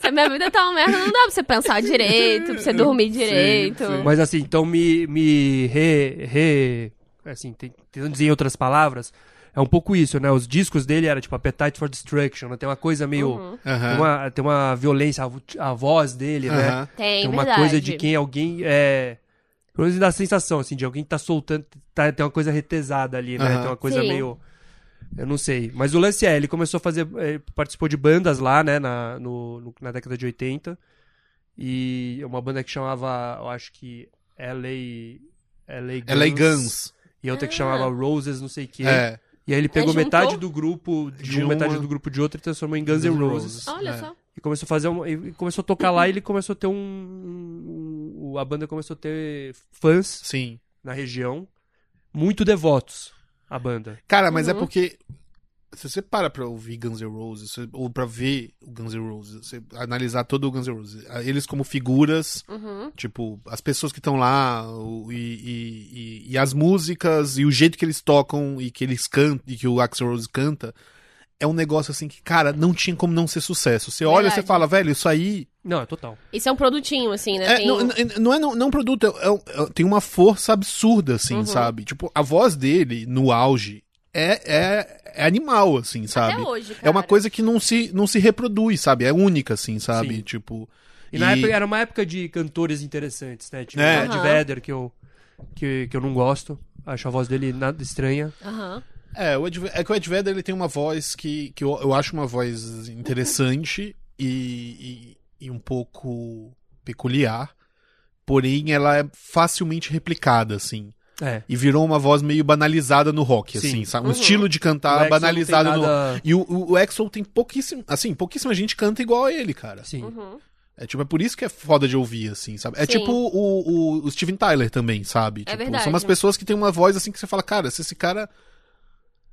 Speaker 2: se a minha vida tá uma merda, não dá pra você pensar direito, pra você dormir direito.
Speaker 1: sim.
Speaker 3: Mas assim, então me, me re, re- Assim, tem- tentando dizer em outras palavras, é um pouco isso, né? Os discos dele era tipo Appetite for Destruction, né? Tem uma coisa meio.
Speaker 2: Uhum.
Speaker 1: Aham.
Speaker 3: Tem, uma, tem uma violência, a, vo- a voz dele, né?
Speaker 1: Aham.
Speaker 2: Tem,
Speaker 3: tem uma
Speaker 2: É verdade.
Speaker 3: coisa de quem alguém é. Pelo menos dá a sensação, assim, de alguém que tá soltando. Tá, tem uma coisa retesada ali, né?
Speaker 1: Aham.
Speaker 3: Tem uma coisa
Speaker 2: Sim.
Speaker 3: meio. Eu não sei. Mas o lance é, ele começou a fazer. Ele participou de bandas lá, né? Na, no- no- na década de 80. E uma banda que chamava, eu acho que LA. LA Guns.
Speaker 1: LA é Guns.
Speaker 3: E outra que
Speaker 2: Ah.
Speaker 3: chamava Roses, não sei o quê.
Speaker 1: É.
Speaker 3: E aí ele pegou
Speaker 2: juntou?
Speaker 3: metade do grupo de,
Speaker 1: De
Speaker 3: um, metade
Speaker 1: uma-
Speaker 3: do grupo de outro e transformou em Guns N'
Speaker 1: Guns N'
Speaker 3: Roses.
Speaker 1: Roses.
Speaker 2: Olha
Speaker 1: É.
Speaker 2: só.
Speaker 3: E começou a fazer um, e começou a tocar lá e ele começou a ter um, um- um- a banda começou a ter fãs
Speaker 1: Sim.
Speaker 3: na região muito devotos a banda.
Speaker 1: Cara, mas
Speaker 2: Uhum.
Speaker 1: é porque se você para pra ouvir Guns N' Roses, se- ou pra ver o Guns N' Roses, você analisar todo o Guns N' Roses, eles como figuras,
Speaker 2: Uhum.
Speaker 1: tipo, as pessoas que estão lá, o- e, e- e- e as músicas, e o jeito que eles tocam, e que eles cantam, e que o Axl Rose canta, é um negócio assim que, cara, não tinha como não ser sucesso. Você olha e você
Speaker 2: Verdade.
Speaker 1: fala, velho, isso aí.
Speaker 3: Não, é total.
Speaker 2: Isso é um produtinho, assim, né?
Speaker 1: É,
Speaker 2: Tem-
Speaker 1: não, não- não é não, não produto, é- é um- é- tem uma força absurda, assim,
Speaker 2: Uhum.
Speaker 1: sabe? Tipo, a voz dele no auge é, é, é animal, assim, sabe?
Speaker 2: Até hoje, cara.
Speaker 1: é uma coisa que não se, não se reproduz, sabe? É única, assim, sabe?
Speaker 3: Sim.
Speaker 1: Tipo.
Speaker 3: E, na época, era uma época de cantores interessantes, né? Tipo,
Speaker 1: É.
Speaker 3: o Ed
Speaker 2: Aham.
Speaker 3: Vedder, que eu, que, que eu não gosto. Acho a voz dele nada estranha.
Speaker 2: Aham.
Speaker 1: É, o Ed, é que o Ed Vedder ele tem uma voz que, que eu, eu acho uma voz interessante e, e, e um pouco peculiar, porém ela é facilmente replicada, assim.
Speaker 3: É.
Speaker 1: E virou uma voz meio banalizada no rock,
Speaker 3: Sim.
Speaker 1: assim, sabe? Um
Speaker 2: Uhum.
Speaker 1: estilo de
Speaker 3: O Axl
Speaker 1: cantar
Speaker 3: não
Speaker 1: banalizado
Speaker 3: tem
Speaker 1: no rock.
Speaker 3: nada-
Speaker 1: E o, o, o Axl tem pouquíssima, assim, pouquíssima gente canta igual a ele, cara.
Speaker 3: Sim.
Speaker 2: Uhum.
Speaker 1: É tipo, é por isso que é foda de ouvir, assim, sabe? É
Speaker 2: Sim. É
Speaker 1: tipo o, o, o Steven Tyler também, sabe? Tipo,
Speaker 2: verdade.
Speaker 1: São umas pessoas que têm uma voz assim que você fala, cara, se esse cara.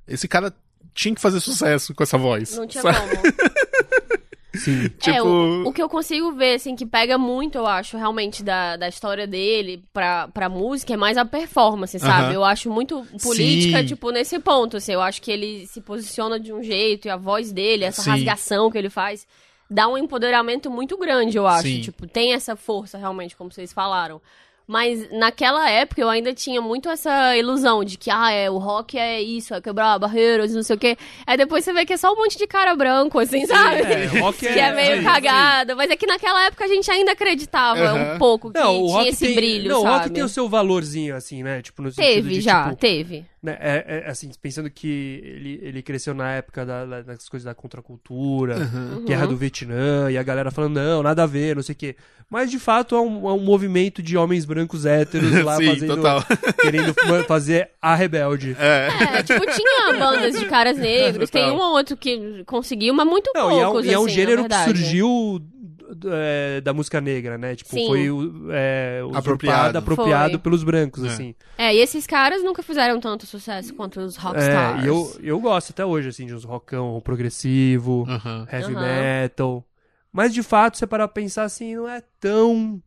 Speaker 1: Esse cara tinha que fazer sucesso com essa voz.
Speaker 2: Não tinha
Speaker 1: sabe?
Speaker 2: como.
Speaker 3: Sim.
Speaker 2: É,
Speaker 1: Tipo-
Speaker 2: o, o que eu consigo ver, assim, que pega muito, eu acho, realmente, da, da história dele pra, pra música, é mais a performance, sabe?
Speaker 1: Aham.
Speaker 2: Eu acho muito política,
Speaker 1: Sim.
Speaker 2: tipo, nesse ponto, assim. Eu acho que ele se posiciona de um jeito e a voz dele, essa
Speaker 1: Sim.
Speaker 2: rasgação que ele faz, dá um empoderamento muito grande, eu acho.
Speaker 1: Sim.
Speaker 2: Tipo, tem essa força, realmente, como vocês falaram. Mas naquela época eu ainda tinha muito essa ilusão de que, ah, é, o rock é isso, é quebrar barreiras, não sei o quê. Aí depois você vê que é só um monte de cara branco, assim, sabe?
Speaker 3: É, rock
Speaker 2: Que é meio
Speaker 3: sim,
Speaker 2: cagado. Mas é que naquela época a gente ainda acreditava
Speaker 1: Aham.
Speaker 2: um pouco
Speaker 3: sim.
Speaker 2: que
Speaker 3: Não, o
Speaker 2: tinha
Speaker 3: rock
Speaker 2: esse
Speaker 3: tem,
Speaker 2: brilho,
Speaker 3: não, o
Speaker 2: sabe?
Speaker 3: rock tem o seu valorzinho, assim, né? Tipo, no sentido
Speaker 2: Teve
Speaker 3: de,
Speaker 2: já,
Speaker 3: tipo,
Speaker 2: teve.
Speaker 3: né, é- é, assim, pensando que ele, ele cresceu na época da- da- das coisas da contracultura,
Speaker 2: Uhum.
Speaker 3: guerra do Vietnã, e a galera falando, não, nada a ver, não sei o quê. Mas, de fato, é um, é um movimento de homens brancos héteros lá
Speaker 1: Sim,
Speaker 3: fazendo,
Speaker 1: total.
Speaker 3: querendo fa- fazer a rebelde.
Speaker 1: É.
Speaker 2: É, tipo, tinha bandas de caras negros, tem
Speaker 1: Total.
Speaker 2: um ou outro que conseguiu, mas muito
Speaker 3: Não,
Speaker 2: poucos,
Speaker 3: e é um, e é um
Speaker 2: assim, na
Speaker 3: gênero que
Speaker 2: verdade.
Speaker 3: surgiu d- é, da música negra, né? Tipo,
Speaker 2: Sim.
Speaker 3: foi o- é, usurpado,
Speaker 1: Apropriado.
Speaker 3: apropriado
Speaker 2: Foi.
Speaker 3: pelos brancos,
Speaker 1: É.
Speaker 3: assim.
Speaker 2: É, e esses caras nunca fizeram tanto sucesso quanto os rockstars.
Speaker 3: É, e eu, eu gosto até hoje, assim, de uns rockão progressivo,
Speaker 1: Aham.
Speaker 3: heavy
Speaker 2: Aham.
Speaker 3: metal. Mas, de fato, você parar pra pensar, assim, não é tão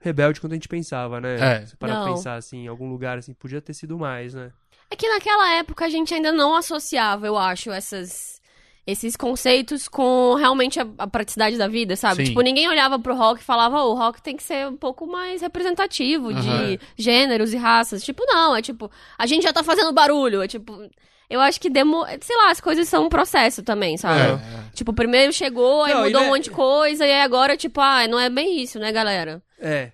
Speaker 3: rebelde quanto a gente pensava, né?
Speaker 1: É.
Speaker 3: Você parar pra
Speaker 2: Não.
Speaker 3: pensar, assim, em algum lugar, assim, podia ter sido mais, né?
Speaker 2: É que naquela época a gente ainda não associava, eu acho, essas, esses conceitos com realmente a, a praticidade da vida, sabe?
Speaker 1: Sim.
Speaker 2: Tipo, ninguém olhava pro rock e falava, "Ô, o rock tem que ser um pouco mais representativo
Speaker 1: Aham.
Speaker 2: de gêneros e raças. Tipo, não, é tipo, a gente já tá fazendo barulho, é tipo... Eu acho que demo... Sei lá, as coisas são um processo também, sabe?
Speaker 1: É.
Speaker 2: Tipo, primeiro chegou, aí
Speaker 3: Não, e
Speaker 2: mudou
Speaker 3: né-
Speaker 2: um monte de coisa, e aí agora, tipo, ah, não é bem isso, né, galera?
Speaker 3: É.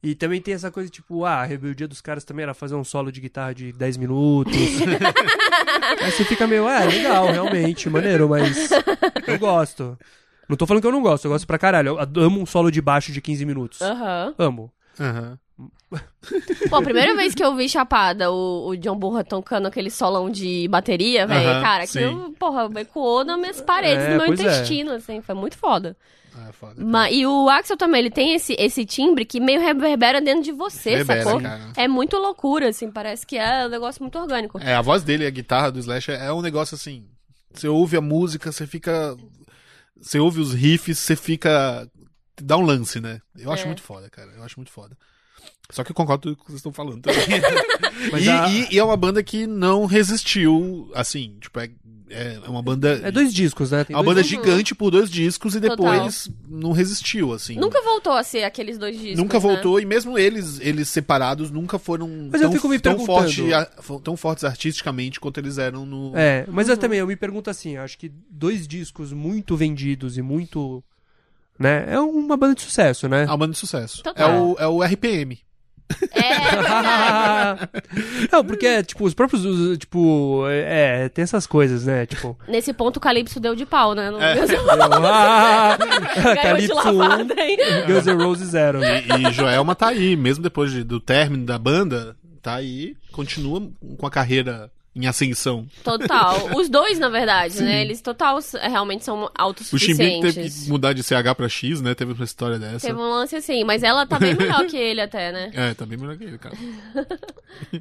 Speaker 3: E também tem essa coisa, tipo, ah, a rebeldia dos caras também era fazer um solo de guitarra de 10 minutos. Aí você fica meio, é, legal, realmente, maneiro, mas eu gosto. Não tô falando que eu não gosto, eu gosto pra caralho. Eu ad- amo um solo de baixo de 15 minutos.
Speaker 2: Aham.
Speaker 3: Amo.
Speaker 1: Aham.
Speaker 2: Pô, a primeira vez que eu vi Chapada, o, o John Burra tocando aquele solão de bateria, velho,
Speaker 1: Aham,
Speaker 2: cara, aquilo, porra, ecoou nas minhas paredes
Speaker 3: É,
Speaker 2: do meu
Speaker 3: pois é.
Speaker 2: intestino, assim, foi muito foda.
Speaker 1: Ah, foda.
Speaker 2: Ma- e o Axel também, ele tem esse, esse timbre que meio reverbera dentro de você,
Speaker 1: Reverbera,
Speaker 2: sacou?
Speaker 1: cara.
Speaker 2: É muito loucura, assim, parece que é um negócio muito orgânico.
Speaker 1: É, a voz dele, a guitarra do Slash é é um negócio assim. Você ouve a música, você fica. Você ouve os riffs, você fica. Dá um lance, né? Eu acho
Speaker 2: É.
Speaker 1: muito foda, cara. Eu acho muito foda. Só que eu concordo com o que vocês estão falando também.
Speaker 3: Mas
Speaker 1: e,
Speaker 3: a-
Speaker 1: e- e é uma banda que não resistiu, assim, tipo, é, é uma banda.
Speaker 3: É dois discos, né? Tem
Speaker 1: uma
Speaker 3: dois
Speaker 1: banda
Speaker 3: discos.
Speaker 1: gigante por dois discos e
Speaker 2: Total.
Speaker 1: depois não resistiu, assim.
Speaker 2: Nunca voltou a ser aqueles dois discos,
Speaker 1: Nunca
Speaker 2: né?
Speaker 1: voltou, e mesmo eles, eles separados, nunca foram
Speaker 3: Mas eu
Speaker 1: tão,
Speaker 3: fico me
Speaker 1: tão,
Speaker 3: perguntando.
Speaker 1: forte a- fo- tão fortes artisticamente quanto eles eram
Speaker 2: Tipo,
Speaker 1: no.
Speaker 3: É, mas
Speaker 2: uhum.
Speaker 3: eu também, eu me pergunto assim, eu acho que dois discos muito vendidos e muito. né? É uma banda de sucesso, né?
Speaker 1: É uma banda de sucesso. É
Speaker 2: Total.
Speaker 1: o, é o RPM.
Speaker 2: É, verdade.
Speaker 3: Não, porque, tipo, os próprios. os, Tipo, é, tem essas coisas, né? Tipo.
Speaker 2: Nesse ponto o Calypso deu de pau, né? Não
Speaker 1: É.
Speaker 2: deu
Speaker 3: eu- ah,
Speaker 2: ganhou de
Speaker 3: Calypso 1,
Speaker 2: lavada, hein?
Speaker 3: Guns N' Roses 0.
Speaker 1: E, e Joelma tá aí, mesmo depois de- do término da banda, tá aí, continua com a carreira em ascensão.
Speaker 2: Total. Os dois, na verdade, né? Eles total s- realmente são
Speaker 1: O Chimbinho
Speaker 2: autossuficientes.
Speaker 1: teve que mudar de CH pra X, né? Teve uma história dessa.
Speaker 2: Teve um lance assim, mas ela tá bem melhor que ele até, né?
Speaker 1: É, tá bem melhor que ele, cara.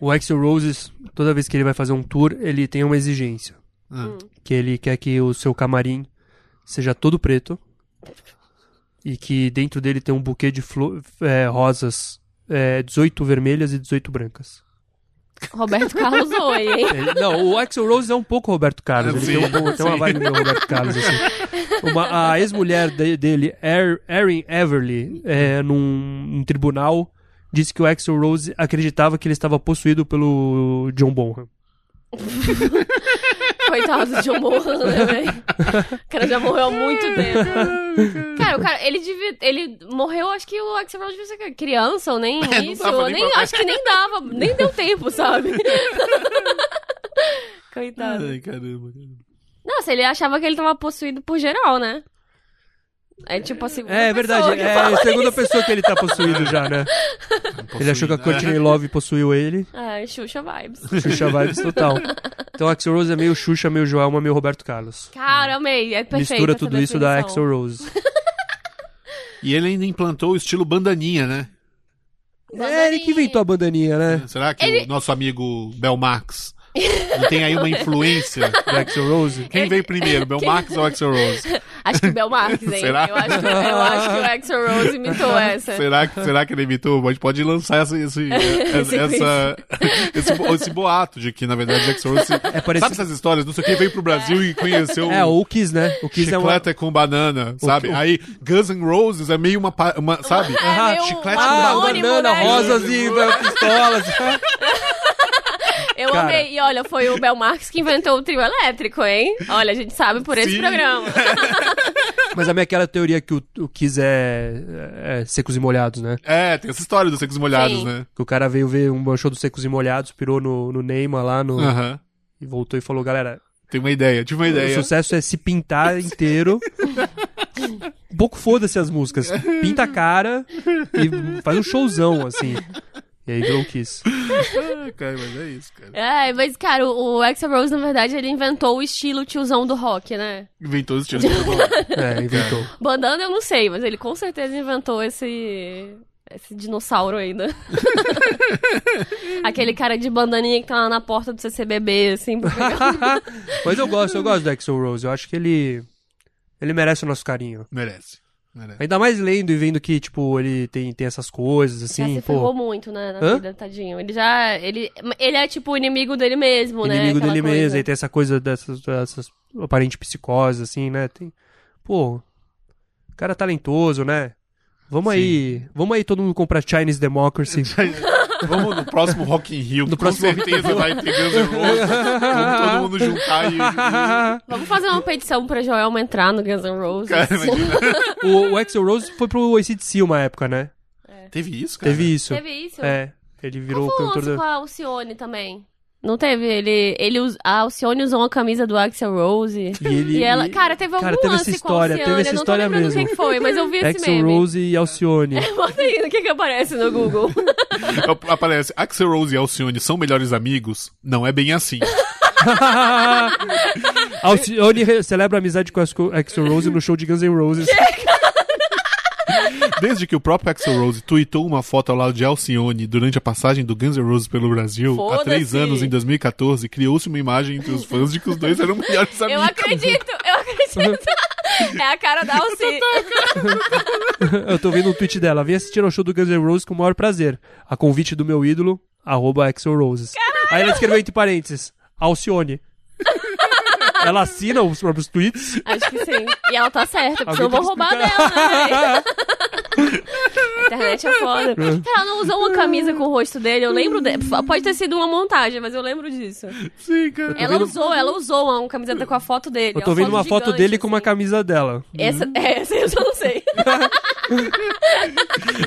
Speaker 3: O Axel Roses, toda vez que ele vai fazer um tour, ele tem uma exigência.
Speaker 1: Ah.
Speaker 2: Hum.
Speaker 3: Que ele quer que o seu camarim seja todo preto. E que dentro dele tem um buquê de flo- é, rosas é, 18 vermelhas e 18 brancas.
Speaker 2: Roberto Carlos oi, hein?
Speaker 3: Ele- não, o Axel Rose é um pouco Roberto Carlos. Ele
Speaker 1: Sim,
Speaker 3: tem, um pouco- tem uma
Speaker 1: sim.
Speaker 3: vibe meio Roberto Carlos, assim. Uma- a ex-mulher de- dele, Er- Erin Everly, é, num, num tribunal, disse que o Axel Rose acreditava que ele estava possuído pelo John Bonham.
Speaker 2: Coitado do John Bonham, né, velho? O cara já morreu há muito tempo. Cara, o cara, ele devia. Ele morreu, acho que o Axel Rose devia ser criança, ou nem
Speaker 1: não
Speaker 2: isso.
Speaker 1: dava
Speaker 2: ou
Speaker 1: nem
Speaker 2: É, nem,
Speaker 1: pra-
Speaker 2: acho que nem dava, nem deu tempo, sabe? Coitado.
Speaker 1: Ai, caramba. caramba.
Speaker 2: Nossa, ele achava que ele tava possuído por geral, né? É tipo a segunda
Speaker 3: É, é
Speaker 2: pessoa
Speaker 3: verdade.
Speaker 2: que
Speaker 3: É
Speaker 2: fala
Speaker 3: a segunda
Speaker 2: isso.
Speaker 3: pessoa que ele tá possuído já, né? Ele achou que a Courtney Love possuiu ele.
Speaker 2: Ah, Xuxa Vibes.
Speaker 3: Xuxa vibes total. Então Axel Rose é meio Xuxa, meio Joelma, meio Roberto Carlos.
Speaker 2: Cara, amei. É perfeito.
Speaker 3: Mistura
Speaker 2: essa
Speaker 3: tudo isso da
Speaker 2: definição.
Speaker 3: Axel Rose.
Speaker 1: E ele ainda implantou o estilo bandaninha, né?
Speaker 3: É ele que inventou a bandaninha, né?
Speaker 1: Será que
Speaker 2: Ele-
Speaker 1: o nosso amigo Belmax não tem aí uma influência?
Speaker 3: Da Axel Rose.
Speaker 1: Quem veio primeiro, Belmax ou Axel Rose?
Speaker 2: Acho que Bel Marques, hein?
Speaker 1: Será?
Speaker 2: Eu acho, que, eu acho que o Axel Rose imitou essa.
Speaker 1: Será, que- será que ele imitou? A gente pode lançar esse, esse, é,
Speaker 2: Esse
Speaker 1: essa, esse, bo- esse boato de que, na verdade, Axel Rose...
Speaker 3: É parecido.
Speaker 1: Sabe essas histórias? Não sei o que, veio pro Brasil e conheceu...
Speaker 3: É, ou o Kiss, né? O Kiss é uma.
Speaker 1: Chicleta com banana, sabe? Aí Guns N' Roses é meio uma, pa- uma sabe?
Speaker 2: É meio
Speaker 1: chiclete
Speaker 2: um
Speaker 1: com
Speaker 3: Ah,
Speaker 2: anônimo,
Speaker 3: banana,
Speaker 2: né?
Speaker 3: rosas e pistolas.
Speaker 2: Eu
Speaker 3: Cara.
Speaker 2: amei. E olha, foi o Bel Marques que inventou o trio elétrico, hein? Olha, a gente sabe por esse
Speaker 1: Sim.
Speaker 2: programa.
Speaker 3: Mas a minha aquela teoria que o, o Kiss é, é secos e molhados, né?
Speaker 1: É, tem essa história dos secos molhados,
Speaker 2: Sim.
Speaker 1: né?
Speaker 3: Que o cara veio ver um show dos secos e molhados, pirou no, no Neymar lá no,
Speaker 1: Aham.
Speaker 3: e voltou e falou, galera,
Speaker 1: Tem uma ideia, tive uma
Speaker 3: o
Speaker 1: ideia.
Speaker 3: sucesso é se pintar inteiro. Um pouco foda-se as músicas. Pinta a cara e faz um showzão, assim. E aí virou o Kiss.
Speaker 1: Ah, cara, mas é isso, cara.
Speaker 2: É, mas, cara, o, o Axel Rose, na verdade, ele inventou o estilo tiozão do rock, né?
Speaker 1: Inventou esse tipo de coisa.
Speaker 3: É, inventou.
Speaker 2: Bandana eu não sei, mas ele com certeza inventou esse. Esse dinossauro ainda. Aquele cara de bandaninha que tá lá na porta do CCBB, assim. porque-
Speaker 3: Mas eu gosto, eu gosto do Axel Rose. Eu acho que ele. Ele merece o nosso carinho.
Speaker 1: Merece. Merece.
Speaker 3: Ainda mais lendo e vendo que, tipo, ele tem, tem essas coisas,
Speaker 2: Já
Speaker 3: assim,
Speaker 2: se ferrou
Speaker 3: pô.
Speaker 2: muito, né, na
Speaker 3: Hã?
Speaker 2: vida, tadinho. Ele já... Ele, ele é, tipo, o inimigo dele mesmo, né?
Speaker 3: Inimigo
Speaker 2: aquela
Speaker 3: dele
Speaker 2: coisa.
Speaker 3: mesmo, aí tem essa coisa dessas, dessas aparente psicose, assim, né? Tem. Pô. Cara talentoso, né? Vamos
Speaker 1: Sim.
Speaker 3: aí. Vamos aí todo mundo comprar Chinese Democracy.
Speaker 1: Vamos no próximo Rock in Rio, que com
Speaker 3: próximo Rock in
Speaker 1: certeza vai ter Guns N' Roses. Vamos todo mundo juntar e... e-
Speaker 2: Vamos fazer uma petição pra Joelma entrar no Guns N' Roses.
Speaker 1: Cara, imagina.
Speaker 3: o, o Axel Rose foi pro ACDC uma época, né?
Speaker 1: Teve isso, cara?
Speaker 3: Teve isso.
Speaker 2: É. Teve isso?
Speaker 3: É. Ele virou
Speaker 2: Qual foi o
Speaker 3: o cantor
Speaker 2: lance
Speaker 3: da.
Speaker 2: com a Alcione também? Não teve? Ele, ele, us- a Alcione usou uma camisa do Axel Rose.
Speaker 3: E ele-
Speaker 2: E ela... Cara, teve algum
Speaker 3: Cara, teve essa
Speaker 2: lance
Speaker 3: história,
Speaker 2: com a Alcione.
Speaker 3: teve essa
Speaker 2: eu não
Speaker 3: história
Speaker 2: tô lembrando
Speaker 3: mesmo.
Speaker 2: quem que foi, mas eu vi esse
Speaker 3: Axel
Speaker 2: meme.
Speaker 3: Rose e Alcione.
Speaker 2: Bota aí, o que que aparece no Google?
Speaker 1: Ap- Aparece, Axel Rose e Alcione são melhores amigos? Não é bem assim.
Speaker 3: Alcione re- celebra a amizade com a Axl Axl Rose no show de Guns N' Roses.
Speaker 1: Desde que o próprio Axel Rose tweetou uma foto ao lado de Alcione durante a passagem do Guns N' Roses pelo Brasil, há três
Speaker 2: Foda-se.
Speaker 1: anos, em 2014, criou-se uma imagem entre os fãs de que os dois eram melhores amigos.
Speaker 2: Eu acredito, eu acredito. É a cara da Alcione.
Speaker 3: Eu tô vendo um tweet dela. Vem assistir ao show do Guns N' Roses com o maior prazer. A convite do meu ídolo, arroba Axl Roses. Aí ela escreveu entre parênteses, Alcione. Ela assina os próprios tweets.
Speaker 2: Acho que sim. E ela tá certa, porque
Speaker 3: Alguém
Speaker 2: eu vou
Speaker 3: tem que
Speaker 2: roubar dela, né? A internet é foda. Cara, ela não usou uma camisa com o rosto dele, eu lembro de...
Speaker 3: Hum.
Speaker 2: Pode ter sido uma montagem, mas eu lembro disso.
Speaker 1: Sim, cara.
Speaker 2: Ela usou, ela usou uma, uma camiseta com a foto dele. é
Speaker 3: Eu tô
Speaker 2: uma
Speaker 3: vendo uma foto
Speaker 2: gigante,
Speaker 3: dele com uma
Speaker 2: assim.
Speaker 3: camisa dela.
Speaker 2: Essa, é, essa eu já não sei.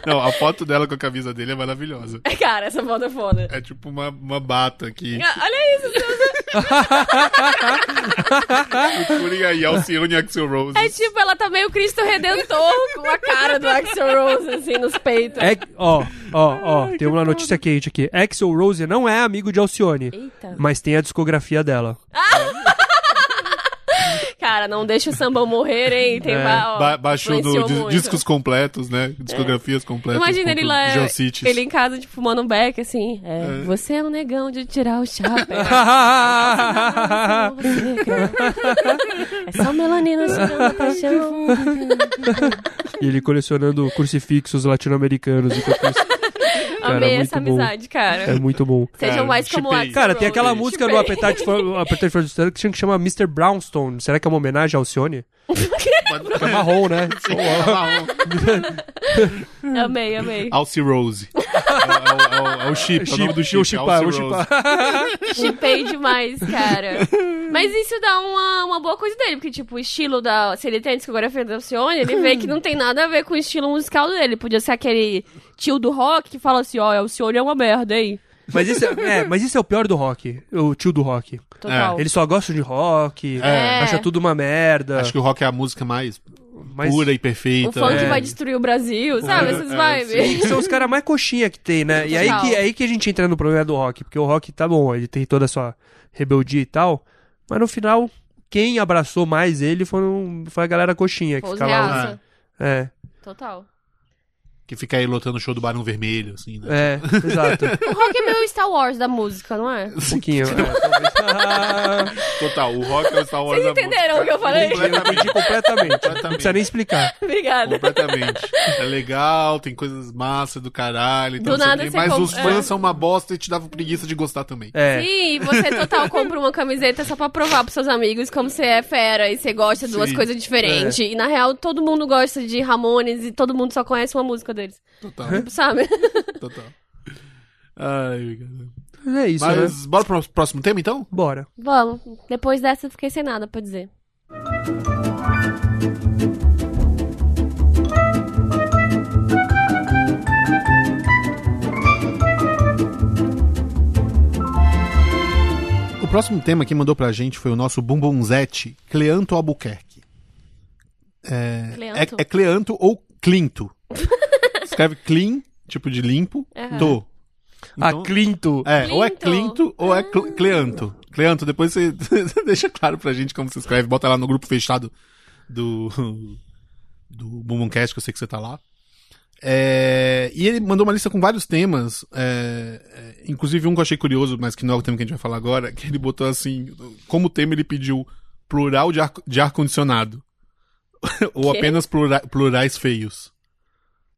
Speaker 1: Não, a foto dela com a camisa dele é maravilhosa.
Speaker 2: Cara, essa foto é foda.
Speaker 1: É tipo uma, uma bata que
Speaker 2: Ah, Olha isso, Deus.
Speaker 1: Procurem aí Alcione e Axel Rose.
Speaker 2: é tipo, ela tá meio Cristo Redentor com a cara do Axel Rose, assim, nos peitos.
Speaker 3: É, ó, ó, ó, tem uma notícia quente aqui. Axl Rose não é amigo de Alcione,
Speaker 2: Eita.
Speaker 3: mas tem a discografia dela.
Speaker 2: Cara, não deixa o samba morrer, hein? Tem
Speaker 3: É,
Speaker 2: ba- ó,
Speaker 1: Ba- baixou no
Speaker 2: influenciou
Speaker 1: dis-
Speaker 2: muito.
Speaker 1: discos completos, né? Discografias completas.
Speaker 3: Tipo,
Speaker 2: Imagina ele lá,
Speaker 1: Geocities.
Speaker 2: ele em casa, tipo, fumando um beck, assim. É, Você é um negão de tirar o chapéu. Você, cara. é só melanina segurando a paixão.
Speaker 3: E ele colecionando crucifixos latino-americanos. enquanto isso. cara.
Speaker 2: Amei
Speaker 3: muito
Speaker 2: essa
Speaker 3: bom.
Speaker 2: amizade, cara.
Speaker 3: É muito bom.
Speaker 2: Sejam
Speaker 1: Cara,
Speaker 2: mais como
Speaker 1: chipei.
Speaker 2: Axl
Speaker 3: Cara, tem
Speaker 2: Rose.
Speaker 3: aquela música do
Speaker 2: Chipei.
Speaker 3: Appetite for, Appetite for Destruction que chama Mr. Brownstone. Será que é uma homenagem ao Alcione? É marrom, né?
Speaker 2: Amei, amei.
Speaker 1: Alcy Rose. É, o- é o- é o chip, é o nome do chip.
Speaker 3: o chipar, o
Speaker 1: Alcy Rose.
Speaker 3: chipar.
Speaker 2: Chipei demais, cara. Mas isso dá uma, uma boa coisa dele, porque, tipo, o estilo da. Se ele tem a discografia da Alcione, ele vê que não tem nada a ver com o estilo musical dele. Podia ser aquele tio do rock que fala assim: ó, a Alcione é uma merda, hein?
Speaker 3: Mas isso é, é, mas isso é o pior do rock, o tio do rock.
Speaker 2: Total.
Speaker 3: É. Ele só gosta de rock,
Speaker 2: É.
Speaker 3: acha tudo uma merda.
Speaker 1: Acho que o rock é a música mais
Speaker 3: mas
Speaker 1: pura e
Speaker 2: O
Speaker 1: perfeita.
Speaker 2: funk
Speaker 1: É.
Speaker 2: vai destruir o Brasil, sabe?
Speaker 1: É,
Speaker 2: Essas
Speaker 1: é,
Speaker 2: vibes.
Speaker 3: são os caras mais coxinha que tem, né? E aí
Speaker 2: Total.
Speaker 3: que, aí que a gente entra no problema do rock, porque o rock tá bom, ele tem toda a sua rebeldia e tal, mas no final, quem abraçou mais ele foram, foi a galera coxinha que
Speaker 2: Os
Speaker 3: ficava lá.
Speaker 2: reaça.
Speaker 3: É,
Speaker 2: Total.
Speaker 1: Que fica aí lotando o show do Barão Vermelho, assim, né?
Speaker 3: é, exato.
Speaker 2: O rock é meio Star Wars da música, não é?
Speaker 3: Um pouquinho. é, talvez. Ah,
Speaker 1: Total, o rock é o Star Wars
Speaker 2: Vocês entenderam o que eu falei?
Speaker 3: eu entendi completamente. Não precisa nem
Speaker 1: Completamente.
Speaker 3: explicar.
Speaker 2: Obrigada.
Speaker 1: Completamente. É legal, tem coisas massa do caralho. e
Speaker 2: Do
Speaker 1: tal, não sei o
Speaker 2: nada
Speaker 1: quê,
Speaker 2: você
Speaker 1: mas
Speaker 2: com-
Speaker 1: os fãs
Speaker 2: é.
Speaker 1: são uma bosta e te davam preguiça de gostar também.
Speaker 3: É.
Speaker 2: Sim, e você total compra uma camiseta só pra provar pros seus amigos como você é fera e você gosta de duas
Speaker 1: Sim. É.
Speaker 2: coisas diferentes. E na real, todo mundo gosta de Ramones e todo mundo só conhece uma música deles.
Speaker 1: Total,
Speaker 2: Sabe?
Speaker 1: total. Ai, cara.
Speaker 3: Mas é isso, né?
Speaker 1: Mas bora pro próximo tema então?
Speaker 3: Bora.
Speaker 2: Vamos. Depois dessa, eu fiquei sem nada pra dizer.
Speaker 1: O próximo tema que mandou pra gente foi o nosso bumbumzete, Cleanto Albuquerque. É,
Speaker 2: Cleanto.
Speaker 1: é Cleanto ou Clinto. Escreve clean, tipo de limpo,
Speaker 2: Aham.
Speaker 1: to. Então-
Speaker 3: a Clinto.
Speaker 1: É, ou é
Speaker 2: Clinto.
Speaker 1: Clinto ou é
Speaker 2: Ah.
Speaker 1: Cl- Cleanto. Cleanto, depois você você deixa claro pra gente como você escreve, bota lá no grupo fechado do do Bumbumcast, que eu sei que você tá lá. É, e ele mandou uma lista com vários temas, é, é, inclusive um que eu achei curioso, mas que não é o tema que a gente vai falar agora, que ele botou assim, como tema ele pediu plural de ar- de ar-condicionado. ou
Speaker 2: Quê?
Speaker 1: apenas plura- plurais feios.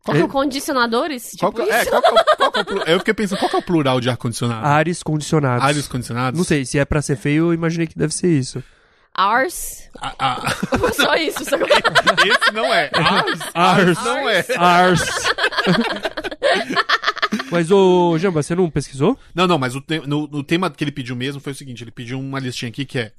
Speaker 2: Qual que é o condicionadores?
Speaker 1: Qual
Speaker 2: tipo
Speaker 1: que- é,
Speaker 2: isso?
Speaker 1: qual que é o- qual que é o plu- eu fiquei pensando, qual que é o plural de ar-condicionado?
Speaker 3: Ares condicionados.
Speaker 1: Ares condicionados?
Speaker 3: Ah, Não sei, se é pra ser feio, eu imaginei que deve ser isso.
Speaker 2: Ars.
Speaker 1: Ah, ah,
Speaker 2: Só isso. Só...
Speaker 1: esse não é. Ars,
Speaker 3: Ars.
Speaker 1: não é.
Speaker 3: Ars. Mas, ô, Jamba, você não pesquisou?
Speaker 1: Não, não, mas o, te- no, no tema que ele pediu mesmo foi o seguinte: ele pediu uma listinha aqui que é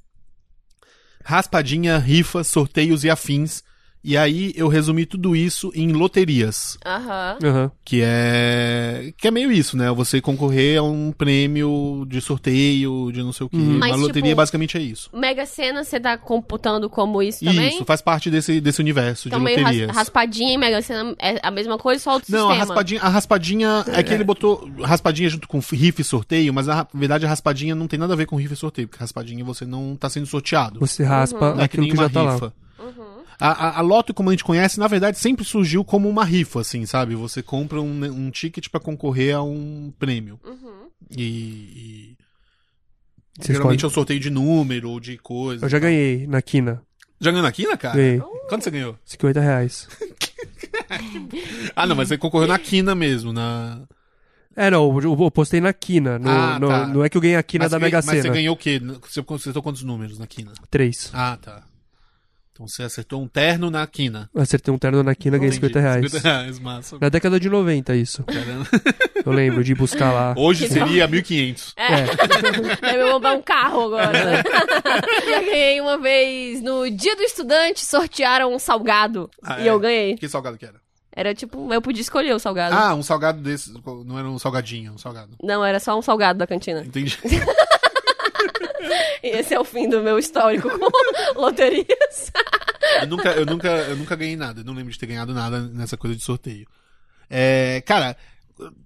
Speaker 1: raspadinha, rifa, sorteios e afins. E aí eu resumi tudo isso em loterias,
Speaker 2: Aham.
Speaker 3: Aham.
Speaker 1: que é que é meio isso, né? Você concorrer a um prêmio de sorteio, de não sei o quê.
Speaker 3: Uhum.
Speaker 1: Uma
Speaker 2: Mas,
Speaker 1: loteria
Speaker 2: tipo,
Speaker 1: basicamente é isso.
Speaker 2: Mega Sena, você tá computando como isso também?
Speaker 1: Isso, faz parte desse, desse universo
Speaker 2: Então,
Speaker 1: de
Speaker 2: meio ras-
Speaker 1: loterias.
Speaker 2: raspadinha e Mega Sena é a mesma coisa, só outro
Speaker 1: Não, a
Speaker 2: sistema.
Speaker 1: raspadinha, a raspadinha é que ele botou raspadinha junto com riff e sorteio, mas na verdade a raspadinha não tem nada a ver com riff e sorteio, porque raspadinha você não tá sendo sorteado.
Speaker 3: Você raspa
Speaker 1: Não é
Speaker 3: aquilo que,
Speaker 1: nem
Speaker 3: já
Speaker 1: uma
Speaker 3: tá lá.
Speaker 1: rifa.
Speaker 2: Uhum.
Speaker 1: A, a, a Loto, como a gente conhece, na verdade sempre surgiu como uma rifa, assim, sabe? Você compra um, um ticket pra concorrer a um prêmio.
Speaker 2: Uhum.
Speaker 1: E, e
Speaker 3: Você
Speaker 1: geralmente
Speaker 3: escolhe.
Speaker 1: é um sorteio de número ou de coisa.
Speaker 3: Eu já ganhei na quina.
Speaker 1: Já ganhou na Quina, cara?
Speaker 3: Ganhei.
Speaker 1: Quanto você ganhou?
Speaker 3: 50 reais.
Speaker 1: Ah, não, mas você concorreu na Quina mesmo, na...
Speaker 3: É, não, eu, eu postei na quina. No,
Speaker 1: Ah,
Speaker 3: no-
Speaker 1: tá.
Speaker 3: Não é que eu ganhei a quina
Speaker 1: mas
Speaker 3: da
Speaker 1: você ganhou-
Speaker 3: Mega
Speaker 1: Mas você
Speaker 3: Sena.
Speaker 1: ganhou o quê? Você consertou quantos números na Quina?
Speaker 3: Três.
Speaker 1: Ah, tá. Então você acertou um terno na quina.
Speaker 3: Acertei um terno na quina, ganhei 50 reais.
Speaker 1: 50 reais, massa.
Speaker 3: Na década de 90, isso.
Speaker 1: Caramba.
Speaker 3: Eu lembro de ir buscar lá. É.
Speaker 1: Hoje seria 1.500.
Speaker 2: Aí eu vou comprar um carro agora. eu ganhei uma vez, no dia do estudante, sortearam um salgado.
Speaker 1: Ah,
Speaker 2: e
Speaker 1: é?
Speaker 2: eu ganhei.
Speaker 1: Que salgado que era?
Speaker 2: Era tipo, eu podia escolher o salgado.
Speaker 1: Ah, um salgado desse. Não era um salgadinho, um salgado.
Speaker 2: Não, era só um salgado da cantina.
Speaker 1: Entendi.
Speaker 2: E esse é o fim do meu histórico com loterias.
Speaker 1: Eu nunca, eu nunca, eu nunca ganhei nada. Eu não lembro de ter ganhado nada nessa coisa de sorteio. É, cara,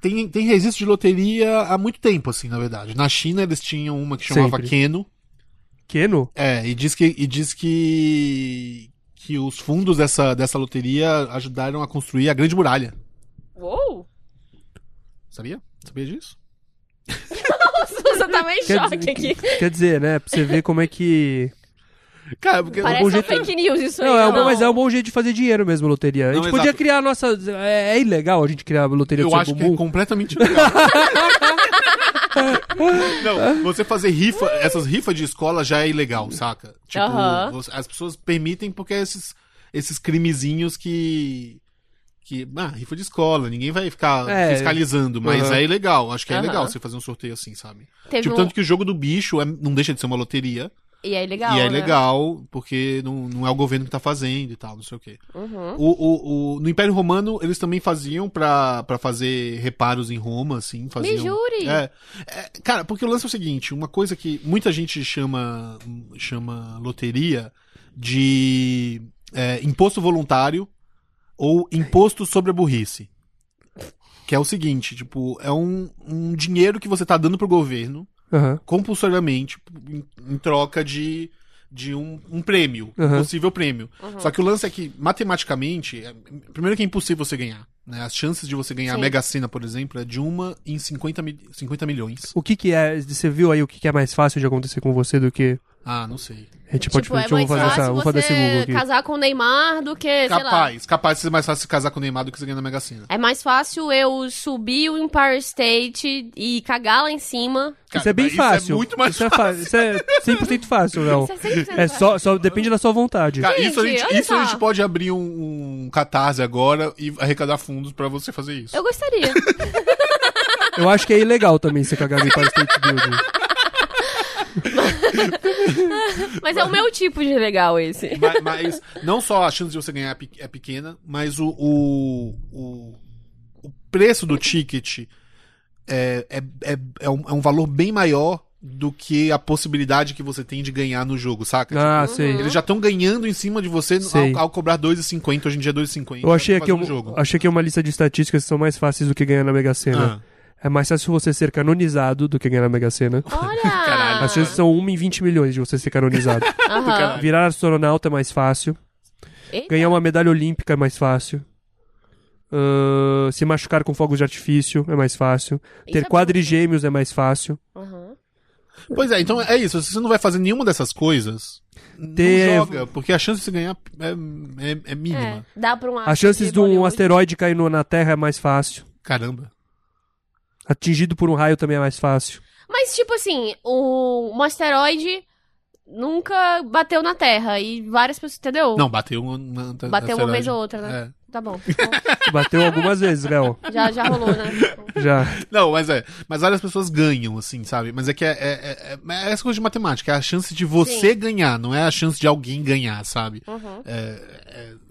Speaker 1: tem, tem registro de loteria há muito tempo, assim, na verdade. Na China eles tinham uma que chamava
Speaker 3: Sempre.
Speaker 1: Keno.
Speaker 3: Keno?
Speaker 1: É, e diz que, e diz que, que os fundos dessa, dessa loteria ajudaram a construir a Grande Muralha.
Speaker 2: Uou!
Speaker 1: Sabia? Sabia disso?
Speaker 2: Nossa, você tá meio em
Speaker 3: Quer
Speaker 2: choque
Speaker 3: dizer-
Speaker 2: aqui.
Speaker 3: Quer dizer, né? Pra você ver como é que.
Speaker 1: Cara, porque.
Speaker 2: Parece
Speaker 3: bom
Speaker 2: uma
Speaker 3: jeito-
Speaker 2: fake news isso aí.
Speaker 3: Não, é
Speaker 2: não.
Speaker 3: um bom, mas é um bom jeito de fazer dinheiro mesmo, loteria. A
Speaker 1: Não,
Speaker 3: gente podia
Speaker 1: exato.
Speaker 3: criar a nossa. É, é ilegal a gente criar a loteria do
Speaker 1: Eu
Speaker 3: seu
Speaker 1: acho que é
Speaker 3: bumbum.
Speaker 1: completamente legal. Não, você fazer rifa, essas rifas de escola já é ilegal, saca? Tipo,
Speaker 2: Aham.
Speaker 1: você- as pessoas permitem porque é esses, esses crimezinhos que. que ah, rifa de escola, ninguém vai ficar
Speaker 3: É.
Speaker 1: fiscalizando, mas
Speaker 3: Aham.
Speaker 1: é ilegal. Acho que é
Speaker 2: Aham.
Speaker 1: legal você fazer um sorteio assim, sabe?
Speaker 2: Teve
Speaker 1: tipo,
Speaker 2: um-
Speaker 1: tanto que o jogo do bicho é- não deixa de ser uma loteria.
Speaker 2: E é legal.
Speaker 1: e é
Speaker 2: né?
Speaker 1: legal, porque não, não é o governo que tá fazendo e tal, não sei o quê.
Speaker 2: Uhum.
Speaker 1: O, o- o- no Império Romano, eles também faziam pra, pra fazer reparos em Roma, assim. Faziam,
Speaker 2: jure!
Speaker 1: É, É, cara, porque o lance é o seguinte, uma coisa que muita gente chama, chama loteria de é, imposto voluntário ou imposto sobre a burrice. Que é o seguinte, tipo, é um, um dinheiro que você tá dando pro governo
Speaker 3: Aham.
Speaker 1: compulsoriamente em, em troca de, de um, um prêmio, um
Speaker 3: Aham.
Speaker 1: possível prêmio.
Speaker 2: uhum. Hum.
Speaker 1: Só que o lance é que, matematicamente, é- primeiro que é impossível você ganhar. né? As chances de você ganhar a
Speaker 2: Sim.
Speaker 1: Mega Sena, por exemplo, é de uma em 50, mi- 50 milhões.
Speaker 3: O que que é. Você viu aí o que que é mais fácil de acontecer com você do que.
Speaker 1: Ah, não sei.
Speaker 3: A gente pode.
Speaker 2: tipo, é
Speaker 3: deixa eu
Speaker 2: mais
Speaker 3: fazer, essa,
Speaker 2: fácil
Speaker 3: vou fazer esse Google
Speaker 2: você
Speaker 3: aqui.
Speaker 2: casar com o Neymar do que, sei lá.
Speaker 1: capaz, capaz de ser mais fácil se casar com o Neymar do que você ganhar na Mega Sena.
Speaker 2: É mais fácil eu subir o Empire State e cagar lá em cima.
Speaker 3: isso é bem
Speaker 1: mas
Speaker 3: fácil.
Speaker 1: Isso é muito mais
Speaker 3: isso
Speaker 1: fácil.
Speaker 3: É fa- isso é 100% fácil, Léo.
Speaker 2: Isso é 100%
Speaker 3: É só, só depende da sua vontade.
Speaker 1: Cara, isso a
Speaker 2: Gente,
Speaker 1: gente,
Speaker 2: olha
Speaker 1: isso a
Speaker 2: só.
Speaker 1: gente pode abrir um, um catarse agora e arrecadar fundos pra você fazer isso.
Speaker 2: Eu gostaria.
Speaker 3: Eu acho que é ilegal também você cagar no Empire State Building.
Speaker 2: Mas é o meu tipo de legal esse.
Speaker 1: Ma- Mas, não só a chance de você ganhar é pe- é pequena, mas o, o, o, o preço do ticket é, é, é, é um, é um valor bem maior do que a possibilidade que você tem de ganhar no jogo, saca?
Speaker 3: Ah, sei.
Speaker 1: Tipo, Eles já estão ganhando em cima de você no-
Speaker 3: Sei.
Speaker 1: ao, ao cobrar 2,50. Hoje em dia é 2,50.
Speaker 3: Eu achei
Speaker 1: pra
Speaker 3: aqui,
Speaker 1: fazer
Speaker 3: um, achei aqui uma lista de estatísticas que são mais fáceis do que ganhar na Mega Sena.
Speaker 1: Ah.
Speaker 3: É mais fácil você ser canonizado do que ganhar na Mega Sena.
Speaker 2: Olha! Ah.
Speaker 3: As chances são 1 em 20 milhões de você ser canonizado.
Speaker 2: Aham.
Speaker 3: Virar astronauta é mais fácil.
Speaker 2: Eita.
Speaker 3: Ganhar uma medalha olímpica é mais fácil. Ahn, se machucar com fogos de artifício é mais fácil.
Speaker 2: Isso é
Speaker 3: Ter
Speaker 2: bom,
Speaker 3: quadrigêmeos é mais fácil.
Speaker 2: Aham.
Speaker 1: Pois é, então é isso. Se você não vai fazer nenhuma dessas coisas,
Speaker 3: Ter-
Speaker 1: não joga, porque a chance de você ganhar é, é- é mínima.
Speaker 2: É, dá pra um
Speaker 3: As chances de um asteroide cair no- na Terra é mais fácil.
Speaker 1: Caramba.
Speaker 3: Atingido por um raio também é mais fácil.
Speaker 2: Mas, tipo assim, o... um asteroide nunca bateu na Terra. E várias pessoas, entendeu?
Speaker 1: Não, bateu uma,
Speaker 2: Bateu uma vez ou outra, né?
Speaker 1: É.
Speaker 2: Tá bom. Então,
Speaker 3: Bateu algumas vezes, Léo.
Speaker 2: já, já rolou, né?
Speaker 3: Já.
Speaker 1: Não, mas é. Mas várias pessoas ganham, assim, sabe? Mas é que é, é- é- é essa coisa de matemática. É a chance de você ganhar, não é a chance de alguém ganhar, sabe?
Speaker 2: Uhum.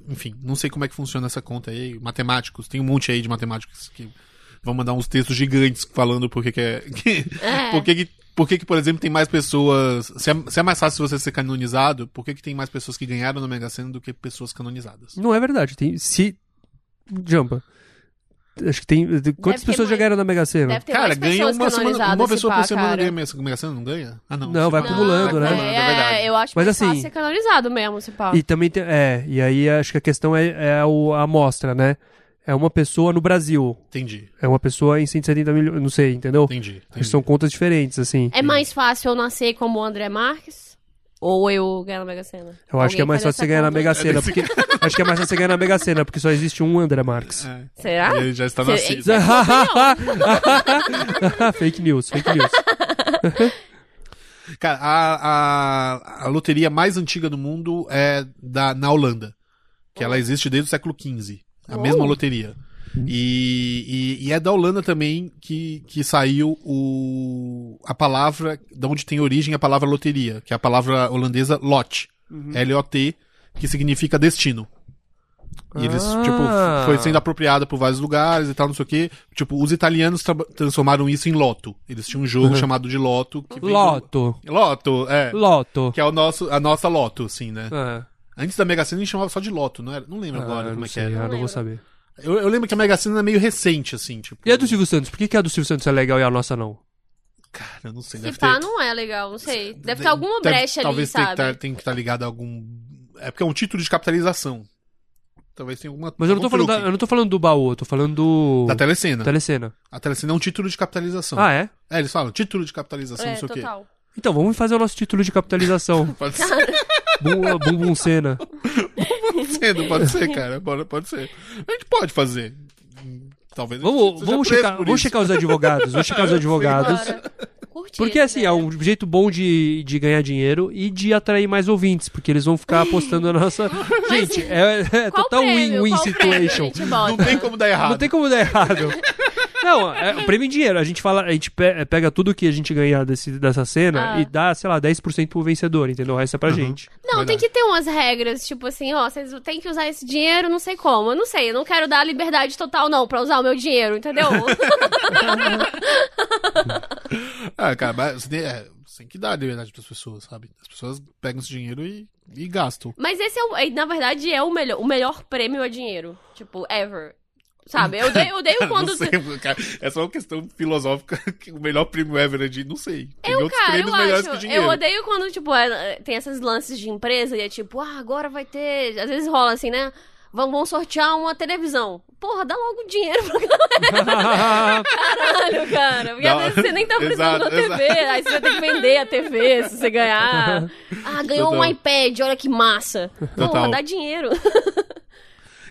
Speaker 1: Enfim, não sei como é que funciona essa conta aí. Matemáticos, tem um monte aí de matemáticos que vão mandar uns textos gigantes falando por que que é... que-
Speaker 2: É.
Speaker 1: Por que que... Por que, que, por exemplo, tem mais pessoas. Se é, se é mais fácil você ser canonizado, por que, que tem mais pessoas que ganharam no Mega Sena do que pessoas canonizadas?
Speaker 3: Não é verdade. Tem, se. Jumpa. Acho que tem. de- Quantas
Speaker 2: ter
Speaker 3: pessoas já
Speaker 2: mais.
Speaker 3: ganharam na Mega Sena?
Speaker 2: Deve ter
Speaker 1: cara,
Speaker 2: mais
Speaker 1: ganha
Speaker 2: pessoas
Speaker 1: uma semana.
Speaker 2: canonizadas
Speaker 1: Uma pessoa
Speaker 2: pá,
Speaker 1: por semana
Speaker 2: cara.
Speaker 1: ganha Mega Sena, não ganha? Ah, não.
Speaker 3: Não,
Speaker 1: se
Speaker 3: vai
Speaker 1: pá.
Speaker 3: acumulando, né?
Speaker 1: Vai acumulando, é verdade.
Speaker 2: É, eu acho
Speaker 3: Mas
Speaker 2: mais
Speaker 3: assim-
Speaker 2: fácil ser canonizado mesmo, se pá.
Speaker 3: E também tem. É, e aí acho que a questão é, é o- a amostra, né? É uma pessoa no Brasil.
Speaker 1: Entendi,
Speaker 3: É uma pessoa em 170 milhões. Não sei, entendeu?
Speaker 1: entendi.
Speaker 3: Acho que
Speaker 1: entendi.
Speaker 3: São contas diferentes, assim.
Speaker 2: É mais fácil eu nascer como o André Marques? Ou eu ganhar na Mega Sena?
Speaker 3: Eu acho que é mais fácil você ganhar na Mega Sena. Porque... acho que é mais fácil você ganhar na Mega Sena, porque só existe um André Marx.
Speaker 1: É.
Speaker 2: Será?
Speaker 1: Ele já está
Speaker 2: Ah? Você-
Speaker 1: nascido.
Speaker 3: fake news, fake news.
Speaker 1: Cara, a, a, a loteria mais antiga do mundo é da, na Holanda. Que ela existe desde o século XV. A
Speaker 2: Uou.
Speaker 1: mesma loteria. E, e, e é da Holanda também que, que saiu o, a palavra, da onde tem origem a palavra loteria, que é a palavra holandesa lot, L-O-T, que significa destino. E eles,
Speaker 3: Ah.
Speaker 1: tipo, foi sendo apropriada por vários lugares e tal, não sei o quê. Tipo, os italianos tra- transformaram isso em loto. Eles tinham um jogo chamado de loto. Que vem do-
Speaker 3: Loto.
Speaker 1: Loto, é.
Speaker 3: Loto.
Speaker 1: Que é o nosso, a nossa Loto, assim, né?
Speaker 3: Ah,
Speaker 1: Antes da Mega Sena a gente chamava só de Loto, não era? Não lembro agora
Speaker 3: ah,
Speaker 1: como
Speaker 3: não
Speaker 1: é que
Speaker 3: sei,
Speaker 1: era.
Speaker 3: ah, não vou
Speaker 2: lembro.
Speaker 3: saber.
Speaker 1: Eu, eu lembro que a Mega Sena é meio recente, assim, tipo.
Speaker 3: E a do Silvio Santos? Por que, que a do Silvio Santos é legal e a nossa não?
Speaker 1: Cara, eu não sei,
Speaker 2: Se
Speaker 1: deve
Speaker 2: pá,
Speaker 1: ter.
Speaker 2: não é legal, não sei. Deve ter alguma
Speaker 1: deve-
Speaker 2: brecha ali,
Speaker 1: talvez
Speaker 2: sabe?
Speaker 1: Talvez tem que estar ligado a algum. É porque é um título de capitalização. Talvez tenha alguma.
Speaker 3: Mas eu não, tô
Speaker 1: algum
Speaker 3: falando da, eu
Speaker 1: truque.
Speaker 3: não tô falando do baú, eu tô falando do.
Speaker 1: Da Telecena.
Speaker 3: Telecena.
Speaker 1: A Telecena é um título de capitalização.
Speaker 3: Ah, é?
Speaker 1: é? eles falam título de capitalização, não sei o quê.
Speaker 2: É, total.
Speaker 3: Então vamos fazer o nosso título de capitalização.
Speaker 1: Pode ser.
Speaker 3: Bum, bum, bum cena.
Speaker 1: Cedo, pode ser, cara. Bora- Pode ser. A gente pode fazer. Talvez. a gente
Speaker 3: Vamos,
Speaker 1: seja
Speaker 3: vamos,
Speaker 1: preso
Speaker 3: checar,
Speaker 1: por
Speaker 3: vamos
Speaker 1: isso.
Speaker 3: checar os advogados. Vamos checar os advogados.
Speaker 2: Bora. Curti
Speaker 3: Porque
Speaker 2: esse,
Speaker 3: assim, é um jeito bom de, de ganhar dinheiro e de atrair mais ouvintes, porque eles vão ficar apostando na nossa. Gente, é, é
Speaker 2: assim, Qual
Speaker 3: total
Speaker 2: prêmio?
Speaker 3: win-win
Speaker 2: Qual prêmio Tá
Speaker 3: situation.
Speaker 2: a gente bota?
Speaker 1: Não tem como dar errado.
Speaker 3: Não tem como dar errado. Não, é, o prêmio em dinheiro. A gente fala, a gente pe- pega tudo que a gente ganhar desse, dessa cena
Speaker 2: Ah.
Speaker 3: e dá, sei lá, 10% pro vencedor, entendeu? O resto é pra gente.
Speaker 2: Não,
Speaker 1: Verdade.
Speaker 2: tem que ter umas regras, tipo assim, ó, vocês têm que usar esse dinheiro, não sei como. Eu não sei, eu não quero dar liberdade total, não, pra usar o meu dinheiro, entendeu?
Speaker 1: Ah, cara, mas você tem, é, você tem que dar liberdade pras pessoas, sabe? As pessoas pegam esse dinheiro e, e gastam.
Speaker 2: Mas esse é, o, é, na verdade, é o melhor, o melhor prêmio é dinheiro. Tipo, ever. Sabe? Eu dei, eu dei o quando.
Speaker 1: Não sei, cara. É só uma questão filosófica que o melhor prêmio ever é de não sei. Tem
Speaker 2: Eu,
Speaker 1: outros
Speaker 2: cara,
Speaker 1: prêmios
Speaker 2: eu
Speaker 1: melhores que
Speaker 2: acho.
Speaker 1: dinheiro.
Speaker 2: Eu odeio quando, tipo, é, tem esses lances de empresa e é tipo, ah, agora vai ter. Às vezes rola assim, né? Vão, vão sortear uma televisão. Porra, dá logo dinheiro pra Caralho, cara. Porque
Speaker 1: Dá-
Speaker 2: às vezes você nem tá precisando
Speaker 1: Exato,
Speaker 2: da
Speaker 1: exato.
Speaker 2: TV. Aí você vai ter que vender a TV se você ganhar. Ah, ganhou um
Speaker 1: Total.
Speaker 2: iPad, olha que massa. Porra,
Speaker 1: Total.
Speaker 2: dá dinheiro.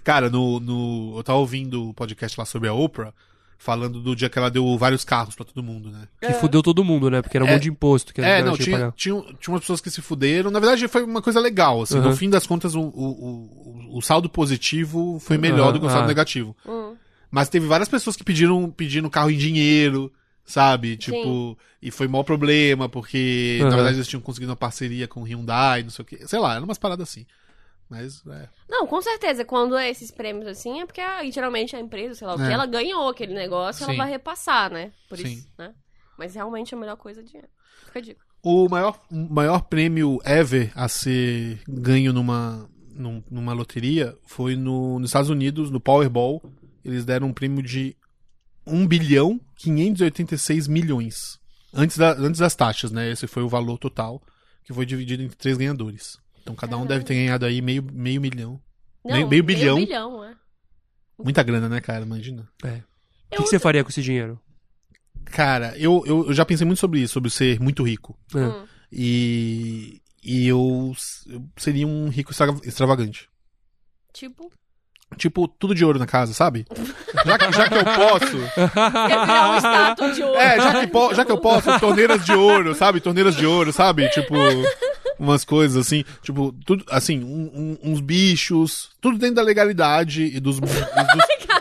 Speaker 1: Cara, no, no, eu tava ouvindo o podcast lá sobre a Oprah, falando do dia que ela deu vários carros pra todo mundo, né?
Speaker 3: Que fudeu todo mundo, né? Porque era um
Speaker 1: É.
Speaker 3: monte de imposto que a
Speaker 1: É,
Speaker 3: galera
Speaker 1: não,
Speaker 3: tinha que
Speaker 1: tinha,
Speaker 3: pagar.
Speaker 1: tinha, tinha umas pessoas que se fuderam. Na verdade, foi uma coisa legal, assim.
Speaker 3: Uhum.
Speaker 1: No fim das contas, o, o, o, o saldo positivo foi melhor
Speaker 3: Uhum,
Speaker 1: do que o saldo
Speaker 3: ah.
Speaker 1: negativo.
Speaker 2: Hum.
Speaker 1: Mas teve várias pessoas que pediram, pediram carro em dinheiro, sabe? Tipo, e foi maior problema, porque
Speaker 3: Uhum.
Speaker 1: na verdade eles tinham conseguido uma parceria com o Hyundai, não sei o quê. Sei lá, eram umas paradas assim. Mas, é.
Speaker 2: Não, com certeza. Quando é esses prêmios assim, é porque ah, geralmente a empresa, sei lá o
Speaker 1: É.
Speaker 2: que, ela ganhou aquele negócio, ela
Speaker 1: Sim.
Speaker 2: vai repassar, né? Por isso,
Speaker 1: Sim.
Speaker 2: né? Mas realmente a melhor coisa é dinheiro. Fica a dica.
Speaker 1: O maior, o maior prêmio ever a ser ganho numa, num- numa loteria foi no, nos Estados Unidos, no Powerball. Eles deram um prêmio de 1 bilhão 586 milhões. Antes, da, antes das taxas, né? Esse foi o valor total, que foi dividido entre três ganhadores. Então cada um
Speaker 2: Caralho.
Speaker 1: deve ter ganhado aí meio, meio milhão.
Speaker 2: Não,
Speaker 1: Meio- meio bilhão.
Speaker 2: Meio bilhão, é.
Speaker 1: Muita grana, né, cara? Imagina.
Speaker 3: O que, que você faria com esse dinheiro?
Speaker 1: Cara, eu, eu, eu já pensei muito sobre isso, sobre ser muito rico.
Speaker 3: É.
Speaker 2: Hum.
Speaker 1: E, e eu, s- eu seria um rico extra- extravagante.
Speaker 2: Tipo,
Speaker 1: Tipo, tudo de ouro na casa, sabe? Já que, já que eu posso.
Speaker 2: quer virar um estátua de ouro.
Speaker 1: É, já que, po- já que eu posso, torneiras de ouro, sabe? Torneiras de ouro, sabe? Tipo, umas coisas assim. Tipo, tudo, assim, um- um- uns bichos. Tudo dentro da legalidade e dos, e dos-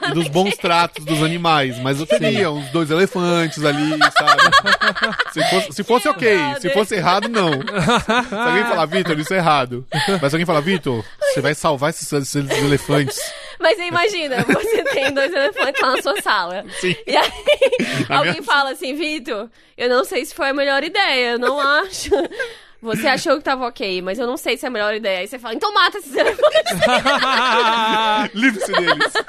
Speaker 1: e dos bons tratos dos animais. Mas eu teria uns dois elefantes ali, sabe? Se fosse, se fosse ok. Se fosse errado, não. Se alguém falar, Vitor, isso é errado. Mas se alguém falar, Vitor, você vai salvar esses- esses elefantes.
Speaker 2: Mas aí imagina, você tem dois elefantes lá na sua sala.
Speaker 1: Sim.
Speaker 2: E aí
Speaker 1: Na
Speaker 2: alguém
Speaker 1: minha-
Speaker 2: fala assim, Vitor, eu não sei se foi a melhor ideia, eu não acho. Você achou que tava ok, mas eu não sei se é a melhor ideia. Aí você fala, então mata esses elefantes.
Speaker 1: Livre-se deles.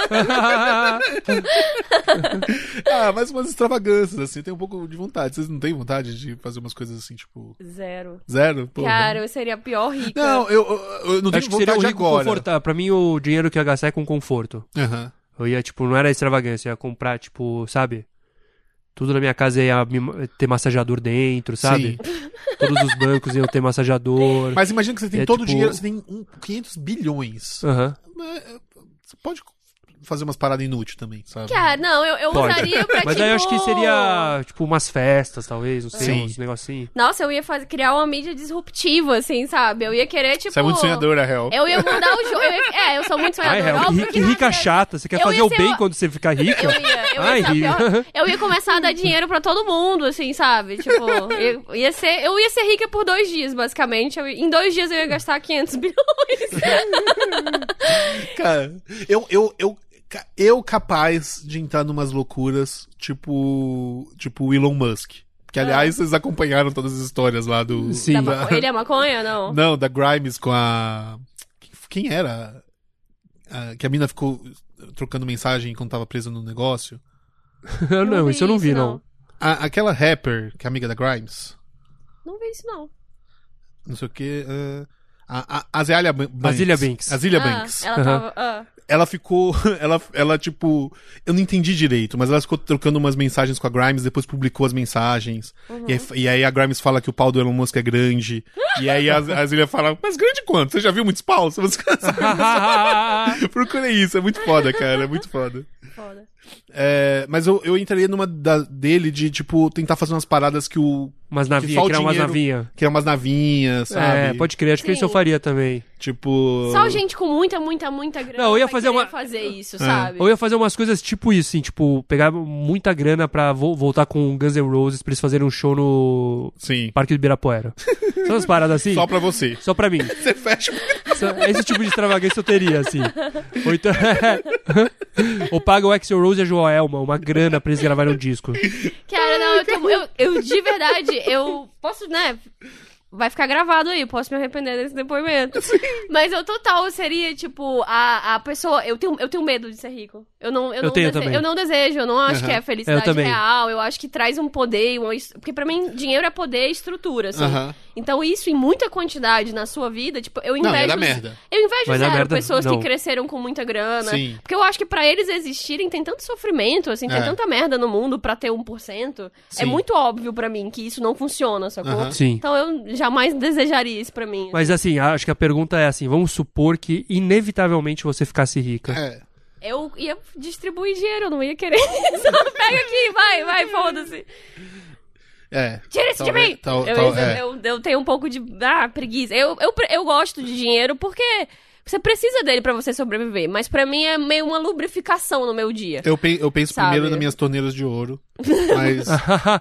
Speaker 1: Ah, mas umas extravagâncias, assim, tem um pouco de vontade. Vocês não têm vontade de fazer umas coisas assim, tipo,
Speaker 2: Zero.
Speaker 1: zero? Porra.
Speaker 2: Cara, eu seria a pior rica.
Speaker 1: Não, eu, eu- eu não tenho
Speaker 3: Acho que seria
Speaker 1: vontade
Speaker 3: um rico
Speaker 1: agora.
Speaker 3: confortável. Pra mim, o dinheiro que eu ia gastar é com conforto.
Speaker 1: Aham.
Speaker 3: Eu ia, tipo, não era extravagância, eu ia comprar, tipo, sabe? Tudo na minha casa ia me- ter massageador dentro, sabe? Todos os bancos iam ter massageador.
Speaker 1: Mas imagina que você tem
Speaker 3: É,
Speaker 1: todo o
Speaker 3: tipo-
Speaker 1: dinheiro, você tem um- 500 bilhões.
Speaker 3: Aham.
Speaker 1: Mas, eh, Você pode fazer umas paradas inúteis também, sabe?
Speaker 2: Cara, não, eu, eu
Speaker 3: Pode.
Speaker 2: usaria pra
Speaker 3: Mas
Speaker 2: tipo...
Speaker 3: aí eu acho que seria, tipo, umas festas, talvez, não sei,
Speaker 1: Sim.
Speaker 3: uns negocinhos.
Speaker 2: Nossa, eu ia fazer, criar uma mídia disruptiva, assim, sabe? Eu ia querer, tipo...
Speaker 1: Você é muito sonhador, na real.
Speaker 2: Eu ia mudar o jogo. eu ia- É, eu sou muito
Speaker 3: Ai,
Speaker 2: sonhadora.
Speaker 3: Hel, que,
Speaker 2: Óbvio
Speaker 3: ri-
Speaker 2: que
Speaker 3: que
Speaker 2: não
Speaker 3: rica
Speaker 2: ia-
Speaker 3: chata. Você quer
Speaker 2: eu
Speaker 3: fazer
Speaker 2: ia
Speaker 3: o
Speaker 2: ser
Speaker 3: bem
Speaker 2: o-
Speaker 3: quando você ficar rica?
Speaker 2: Eu ia, eu
Speaker 3: Ai,
Speaker 2: ia, ser a
Speaker 3: rica.
Speaker 2: pior- eu ia começar a dar dinheiro pra todo mundo, assim, sabe? Tipo, eu ia ser, eu ia ser rica por dois dias, basicamente. Eu- em dois dias eu ia gastar 500 bilhões.
Speaker 1: Cara, eu, eu, eu, ca- eu capaz de entrar numas loucuras tipo. Tipo o Elon Musk. Que, aliás, vocês acompanharam todas as histórias lá do.
Speaker 3: Ah. Sim.
Speaker 2: Da
Speaker 1: da-
Speaker 2: maconha- Ele é maconha, não?
Speaker 1: não, da Grimes com a. Quem era? Ah, que a mina ficou trocando mensagem enquanto tava presa no negócio.
Speaker 3: não,
Speaker 2: vi
Speaker 3: isso eu não vi, não.
Speaker 1: A- aquela rapper, que é amiga da Grimes.
Speaker 2: Não vi isso, não.
Speaker 1: Não sei o que. eh, A, a, a Azealia Ban- Banks.
Speaker 3: Azealia Banks.
Speaker 1: Azealia
Speaker 2: Ah,
Speaker 1: Banks.
Speaker 2: Ela tava. ah.
Speaker 1: Ela ficou. Ela, ela, tipo. Eu não entendi direito, mas ela ficou trocando umas mensagens com a Grimes, depois publicou as mensagens. E, aí, e aí a Grimes fala que o pau do Elon Musk é grande. E aí a, a Azealia fala: Mas grande quanto? Você já viu muitos paus? Você Procurei isso, é muito foda, cara, é muito foda.
Speaker 2: Foda.
Speaker 1: É, mas eu, eu entraria numa da- dele de, tipo, tentar fazer umas paradas que o.
Speaker 3: Umas
Speaker 1: Que
Speaker 3: navinhas,
Speaker 1: só o
Speaker 3: criar umas
Speaker 1: dinheiro-
Speaker 3: navinhas.
Speaker 1: que é umas navinhas, sabe?
Speaker 3: É, pode crer, acho que
Speaker 2: Sim.
Speaker 3: isso eu faria também.
Speaker 1: Tipo.
Speaker 2: Só gente com muita, muita, muita grana.
Speaker 3: Não, eu ia
Speaker 2: vai
Speaker 3: fazer
Speaker 2: querer
Speaker 3: uma- Ah.
Speaker 2: fazer isso, sabe?
Speaker 3: Ou eu ia fazer umas coisas tipo isso, assim, tipo, pegar muita grana pra vo- voltar com Guns N' Roses pra eles fazerem um show no
Speaker 1: Sim.
Speaker 3: Parque do Ibirapuera. São umas paradas assim?
Speaker 1: Só pra você.
Speaker 3: Só pra mim.
Speaker 1: Você fecha.
Speaker 3: Só- Esse tipo de extravagância eu teria, assim. Ou então. Ou paga o Axel Rose e a Joelma uma grana pra eles gravarem um disco.
Speaker 2: Cara, não, eu, tô, eu, eu de verdade, eu posso, né? Vai ficar gravado aí, posso me arrepender desse depoimento. Mas eu total seria, tipo, a, a pessoa. Eu tenho, eu tenho medo de ser rico. Eu não, eu
Speaker 3: Eu
Speaker 2: não
Speaker 3: tenho
Speaker 2: dese-
Speaker 3: também.
Speaker 2: eu não desejo, eu não acho
Speaker 1: Aham.
Speaker 2: que é
Speaker 3: Eu
Speaker 2: felicidade
Speaker 3: também.
Speaker 2: real. Eu acho que traz um poder. Uma, es- porque pra mim, dinheiro é poder e estrutura, assim.
Speaker 1: Aham.
Speaker 2: Então, isso em muita quantidade na sua vida, tipo, eu invejo.
Speaker 1: Não, ia dar
Speaker 2: z-
Speaker 1: merda.
Speaker 2: Eu invejo
Speaker 3: Vai dar
Speaker 2: zero
Speaker 3: merda,
Speaker 2: pessoas
Speaker 3: não.
Speaker 2: que cresceram com muita grana.
Speaker 1: Sim.
Speaker 2: Porque eu acho que pra eles existirem tem tanto sofrimento, assim, tem
Speaker 1: É.
Speaker 2: tanta merda no mundo pra ter 1%.
Speaker 1: Sim.
Speaker 2: É muito óbvio pra mim que isso não funciona, sacou?
Speaker 1: Aham.
Speaker 3: Sim.
Speaker 2: Então eu jamais desejaria isso pra mim.
Speaker 3: Mas assim, acho que a pergunta é assim: vamos supor que inevitavelmente você ficasse rica.
Speaker 1: É.
Speaker 2: Eu ia distribuir dinheiro, eu não ia querer. Só pega aqui, vai, vai, foda-se.
Speaker 1: É.
Speaker 2: Tira isso de
Speaker 1: Talvez-
Speaker 2: mim!
Speaker 1: tal-
Speaker 2: eu,
Speaker 1: tal-
Speaker 2: isso-
Speaker 1: é.
Speaker 2: eu- eu tenho um pouco de ah, preguiça. Eu, eu, pre- eu gosto de dinheiro porque você precisa dele pra você sobreviver. Mas pra mim é meio uma lubrificação no meu dia.
Speaker 1: Eu, pe- eu penso
Speaker 2: Sabe?
Speaker 1: primeiro nas minhas torneiras de ouro, mas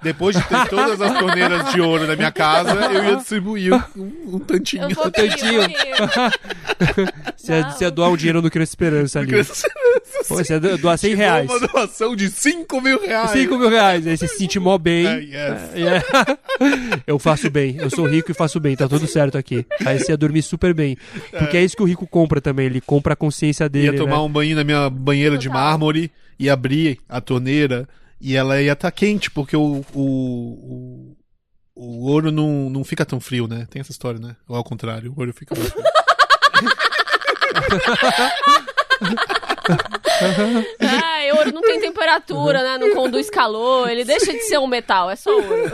Speaker 1: depois de ter todas as torneiras de ouro na minha casa, eu ia distribuir um, um tantinho.
Speaker 2: vou
Speaker 3: tantinho. Se ia,
Speaker 2: Não.
Speaker 3: se ia doar um dinheiro no Criança Esperança ali. Pô, você ia do- doar 100 reais.
Speaker 1: Uma doação de 5 mil reais.
Speaker 3: 5 mil reais. Aí você se sente mó bem.
Speaker 1: Ah, yes.
Speaker 3: Yeah. Eu faço bem, eu sou rico e faço bem, tá tudo certo aqui. Aí você ia dormir super bem. Porque é isso que o rico compra também, ele compra a consciência dele.
Speaker 1: Ia tomar
Speaker 3: né?
Speaker 1: um banho na minha banheira de
Speaker 2: Total.
Speaker 1: mármore e abrir a torneira e ela ia estar quente, porque o, o, o, o ouro não, não fica tão frio, né? Tem essa história, né? Ou ao contrário, o ouro fica mais frio.
Speaker 2: Ah, e ouro não tem temperatura, né? Não conduz calor, ele deixa de ser um metal, é só ouro.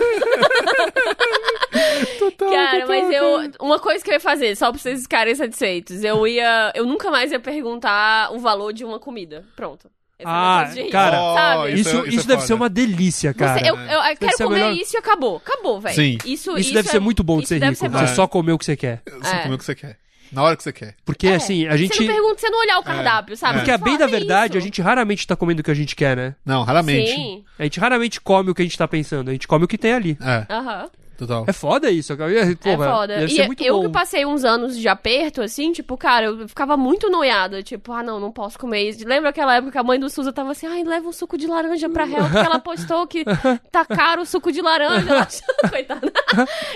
Speaker 2: Cara, mas eu. Uma coisa que eu ia fazer, só pra vocês ficarem satisfeitos, eu ia. Eu nunca mais ia perguntar o valor de uma comida. Pronto. Esse é o
Speaker 3: Ah,
Speaker 2: negócio de rico,
Speaker 3: cara,
Speaker 2: sabe?
Speaker 1: Isso
Speaker 3: Isso,
Speaker 1: é-
Speaker 3: isso,
Speaker 1: isso é
Speaker 3: deve
Speaker 1: foda.
Speaker 3: ser uma delícia, cara.
Speaker 2: Você- eu, eu- eu quero
Speaker 3: ser a
Speaker 2: comer
Speaker 3: melhor-
Speaker 2: isso e acabou. Acabou, velho.
Speaker 1: Sim.
Speaker 2: Isso,
Speaker 3: Isso, deve
Speaker 2: é-
Speaker 3: ser muito bom de
Speaker 2: isso
Speaker 3: ser
Speaker 2: deve
Speaker 3: rico.
Speaker 2: ser
Speaker 1: bom.
Speaker 3: você só comer o que você quer.
Speaker 1: Você
Speaker 2: É.
Speaker 1: come o que você quer. Na hora que você quer.
Speaker 3: Porque
Speaker 2: É,
Speaker 3: assim, a gente.
Speaker 2: Você não pergunta, você não olhar o cardápio, sabe?
Speaker 3: É. Porque a bem
Speaker 2: Fala,
Speaker 3: da
Speaker 2: "Ah, é
Speaker 3: verdade, a
Speaker 2: isso."
Speaker 3: gente raramente tá comendo o que a gente quer, né?
Speaker 1: Não, raramente.
Speaker 2: Sim.
Speaker 3: A gente raramente come o que a gente tá pensando, a gente come o que tem ali.
Speaker 1: É,
Speaker 2: Aham.
Speaker 1: total.
Speaker 3: É foda isso, cara. É, Porra,
Speaker 2: é foda.
Speaker 3: Deve
Speaker 2: E
Speaker 3: ser muito
Speaker 2: eu
Speaker 3: bom.
Speaker 2: que passei uns anos de aperto, assim, tipo, cara, eu ficava muito noiada. Tipo, ah, não, não posso comer isso. Lembra aquela época que a mãe do Suza tava assim, ai, leva um suco de laranja pra réu, porque ela postou que tá caro o suco de laranja. Ela achando, coitada.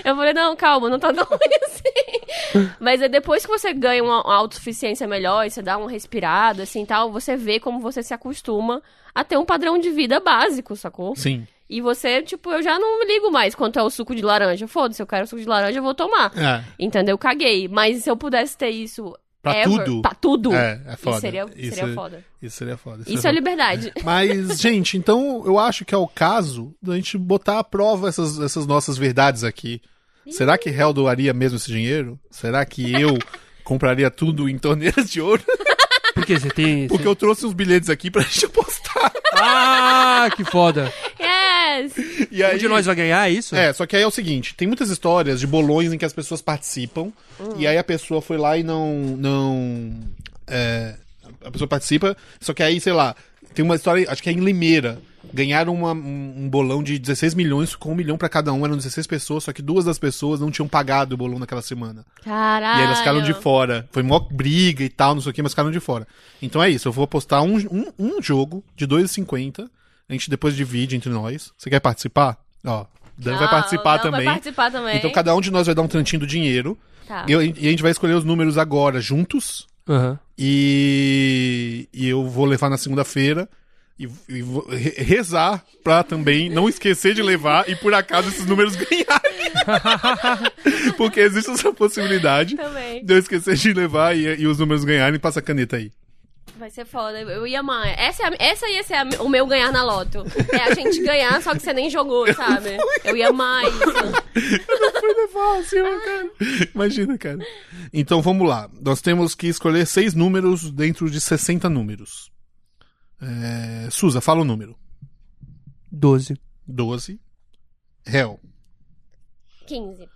Speaker 2: Eu falei, não, calma, não tá tão ruim assim. Mas é depois que você ganha uma uma autossuficiência melhor e você dá uma respirada, assim, tal, você vê como você se acostuma a ter um padrão de vida básico, sacou?
Speaker 1: Sim.
Speaker 2: E você, tipo, eu já não ligo mais quanto é o suco de laranja. Foda-se, eu quero suco de laranja, eu vou tomar.
Speaker 1: É.
Speaker 2: Entendeu? Caguei. Mas se eu pudesse ter isso.
Speaker 1: Pra
Speaker 2: ever,
Speaker 1: tudo.
Speaker 2: Pra tudo.
Speaker 1: É, é foda.
Speaker 2: Isso seria,
Speaker 1: Isso
Speaker 2: seria
Speaker 1: é-
Speaker 2: foda.
Speaker 1: Isso seria foda. isso
Speaker 2: Isso é
Speaker 1: seria
Speaker 2: liberdade.
Speaker 1: foda. Mas, gente, então eu acho que é o caso da gente botar à prova essas, essas nossas verdades aqui. Será que Hell doaria mesmo esse dinheiro? Será que eu compraria tudo em torneiras de ouro?
Speaker 3: Porque você tem.
Speaker 1: Porque
Speaker 3: você-
Speaker 1: eu trouxe uns bilhetes aqui pra gente apostar.
Speaker 3: Ah, que foda.
Speaker 2: Yes!
Speaker 1: E aí...
Speaker 3: Um de nós vai ganhar isso?
Speaker 1: É, só que aí é o seguinte, tem muitas histórias de bolões em que as pessoas participam, e aí a pessoa foi lá e não. não é, a pessoa participa, só que aí, sei lá, tem uma história, acho que é em Limeira. Ganharam uma- um, um bolão de 16 milhões, com um milhão pra cada um, eram 16 pessoas, só que duas das pessoas não tinham pagado o bolão naquela semana.
Speaker 2: Caralho.
Speaker 1: E aí elas ficaram de fora. Foi mó briga e tal, não sei o que, mas ficaram de fora. Então é isso, eu vou postar um, um, um jogo de 2,50. A gente depois divide entre nós. Você quer participar? Ó, Dan vai
Speaker 2: Ah,
Speaker 1: participar
Speaker 2: Dan
Speaker 1: também.
Speaker 2: Vai participar também.
Speaker 1: Então cada um de nós vai dar um tantinho do dinheiro.
Speaker 2: Tá.
Speaker 1: E, eu- e a gente vai escolher os números agora juntos.
Speaker 3: Aham.
Speaker 1: E, e eu vou levar na segunda-feira. E, e vou re- rezar pra também não esquecer de levar e por acaso esses números ganharem. Porque existe essa possibilidade
Speaker 2: Também.
Speaker 1: de eu esquecer de levar e, e os números ganharem, passa a caneta aí.
Speaker 2: Vai ser foda. Eu ia amar. Essa, é a- essa ia ser a- o meu ganhar na loto. É a gente ganhar, só que você nem jogou, sabe? Eu ia amar isso.
Speaker 1: Foi levar assim, ó, cara. Imagina, cara. Então vamos lá. Nós temos que escolher seis números dentro de 60 números. É... Suza, fala o número.
Speaker 3: 12.
Speaker 1: 12. Hell,
Speaker 2: 15.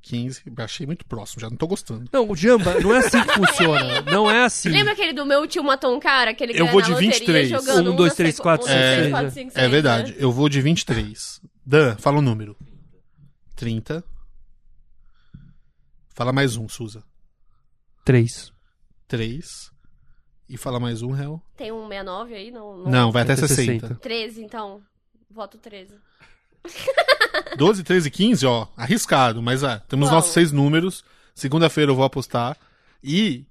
Speaker 1: 15. Achei muito próximo, já não tô gostando.
Speaker 3: Não, o Jamba, não é assim que funciona. Não é assim.
Speaker 2: Lembra aquele do meu tio matou um cara? Aquele
Speaker 1: Eu vou de 23.
Speaker 2: Jogando
Speaker 3: Um, dois, três,
Speaker 2: seis,
Speaker 3: quatro,
Speaker 2: um,
Speaker 3: cinco,
Speaker 2: dois, três,
Speaker 3: seis,
Speaker 2: quatro,
Speaker 3: é.
Speaker 2: cinco, seis,
Speaker 1: É
Speaker 2: né?
Speaker 1: verdade. Eu vou de 23. Dan, fala o número. 30. Fala mais um, Suza.
Speaker 3: 3.
Speaker 1: 3. E fala mais um, Hell.
Speaker 2: Tem um 69 aí? Não. não.
Speaker 1: Não, vai até
Speaker 3: Até
Speaker 1: 60.
Speaker 3: 60.
Speaker 2: 13, então. Voto 13.
Speaker 1: 12, 13 e 15, ó, arriscado, mas ah, temos
Speaker 2: Qual?
Speaker 1: nossos seis números. Segunda-feira eu vou apostar. E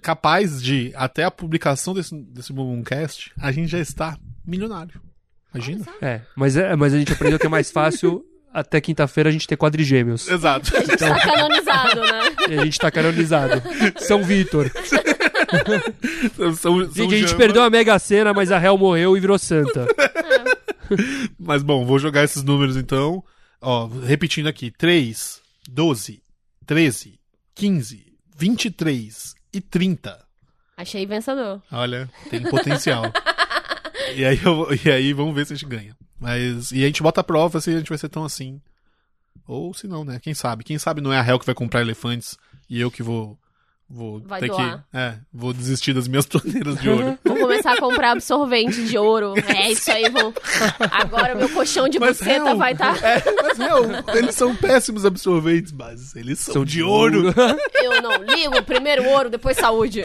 Speaker 1: capaz de, até a publicação desse, desse Bumbumcast, a gente já está milionário. Imagina?
Speaker 3: É, mas, é, mas a gente aprendeu que é mais fácil até quinta-feira a gente ter quadrigêmeos.
Speaker 1: Exato.
Speaker 2: Tá canonizado, né?
Speaker 3: E a gente tá canonizado. São Vitor.
Speaker 1: São- são- são
Speaker 3: Gente, a gente
Speaker 1: jamba.
Speaker 3: perdeu a Mega Sena, mas a Hel morreu e virou santa.
Speaker 1: Mas bom, vou jogar esses números então. Ó, repetindo aqui: 3, 12, 13, 15, 23 e 30.
Speaker 2: Achei vencedor.
Speaker 1: Olha, tem potencial. e, aí eu vou- e aí vamos ver se a gente ganha. Mas. E a gente bota a prova se a gente vai ser tão assim. Ou se não, né? Quem sabe? Quem sabe não é a Hel que vai comprar elefantes e eu que vou. Vou
Speaker 2: Vai
Speaker 1: ter
Speaker 2: doar.
Speaker 1: que. É, vou desistir das minhas torneiras de ouro.
Speaker 2: Vou começar a comprar absorvente de ouro. É isso aí, vou. Agora meu colchão de
Speaker 1: Mas,
Speaker 2: buceta
Speaker 1: Hel,
Speaker 2: vai tá. estar.
Speaker 1: é, mas Hel, eles são péssimos absorventes, mas eles são, de ouro.
Speaker 2: Eu não ligo, primeiro ouro, depois saúde.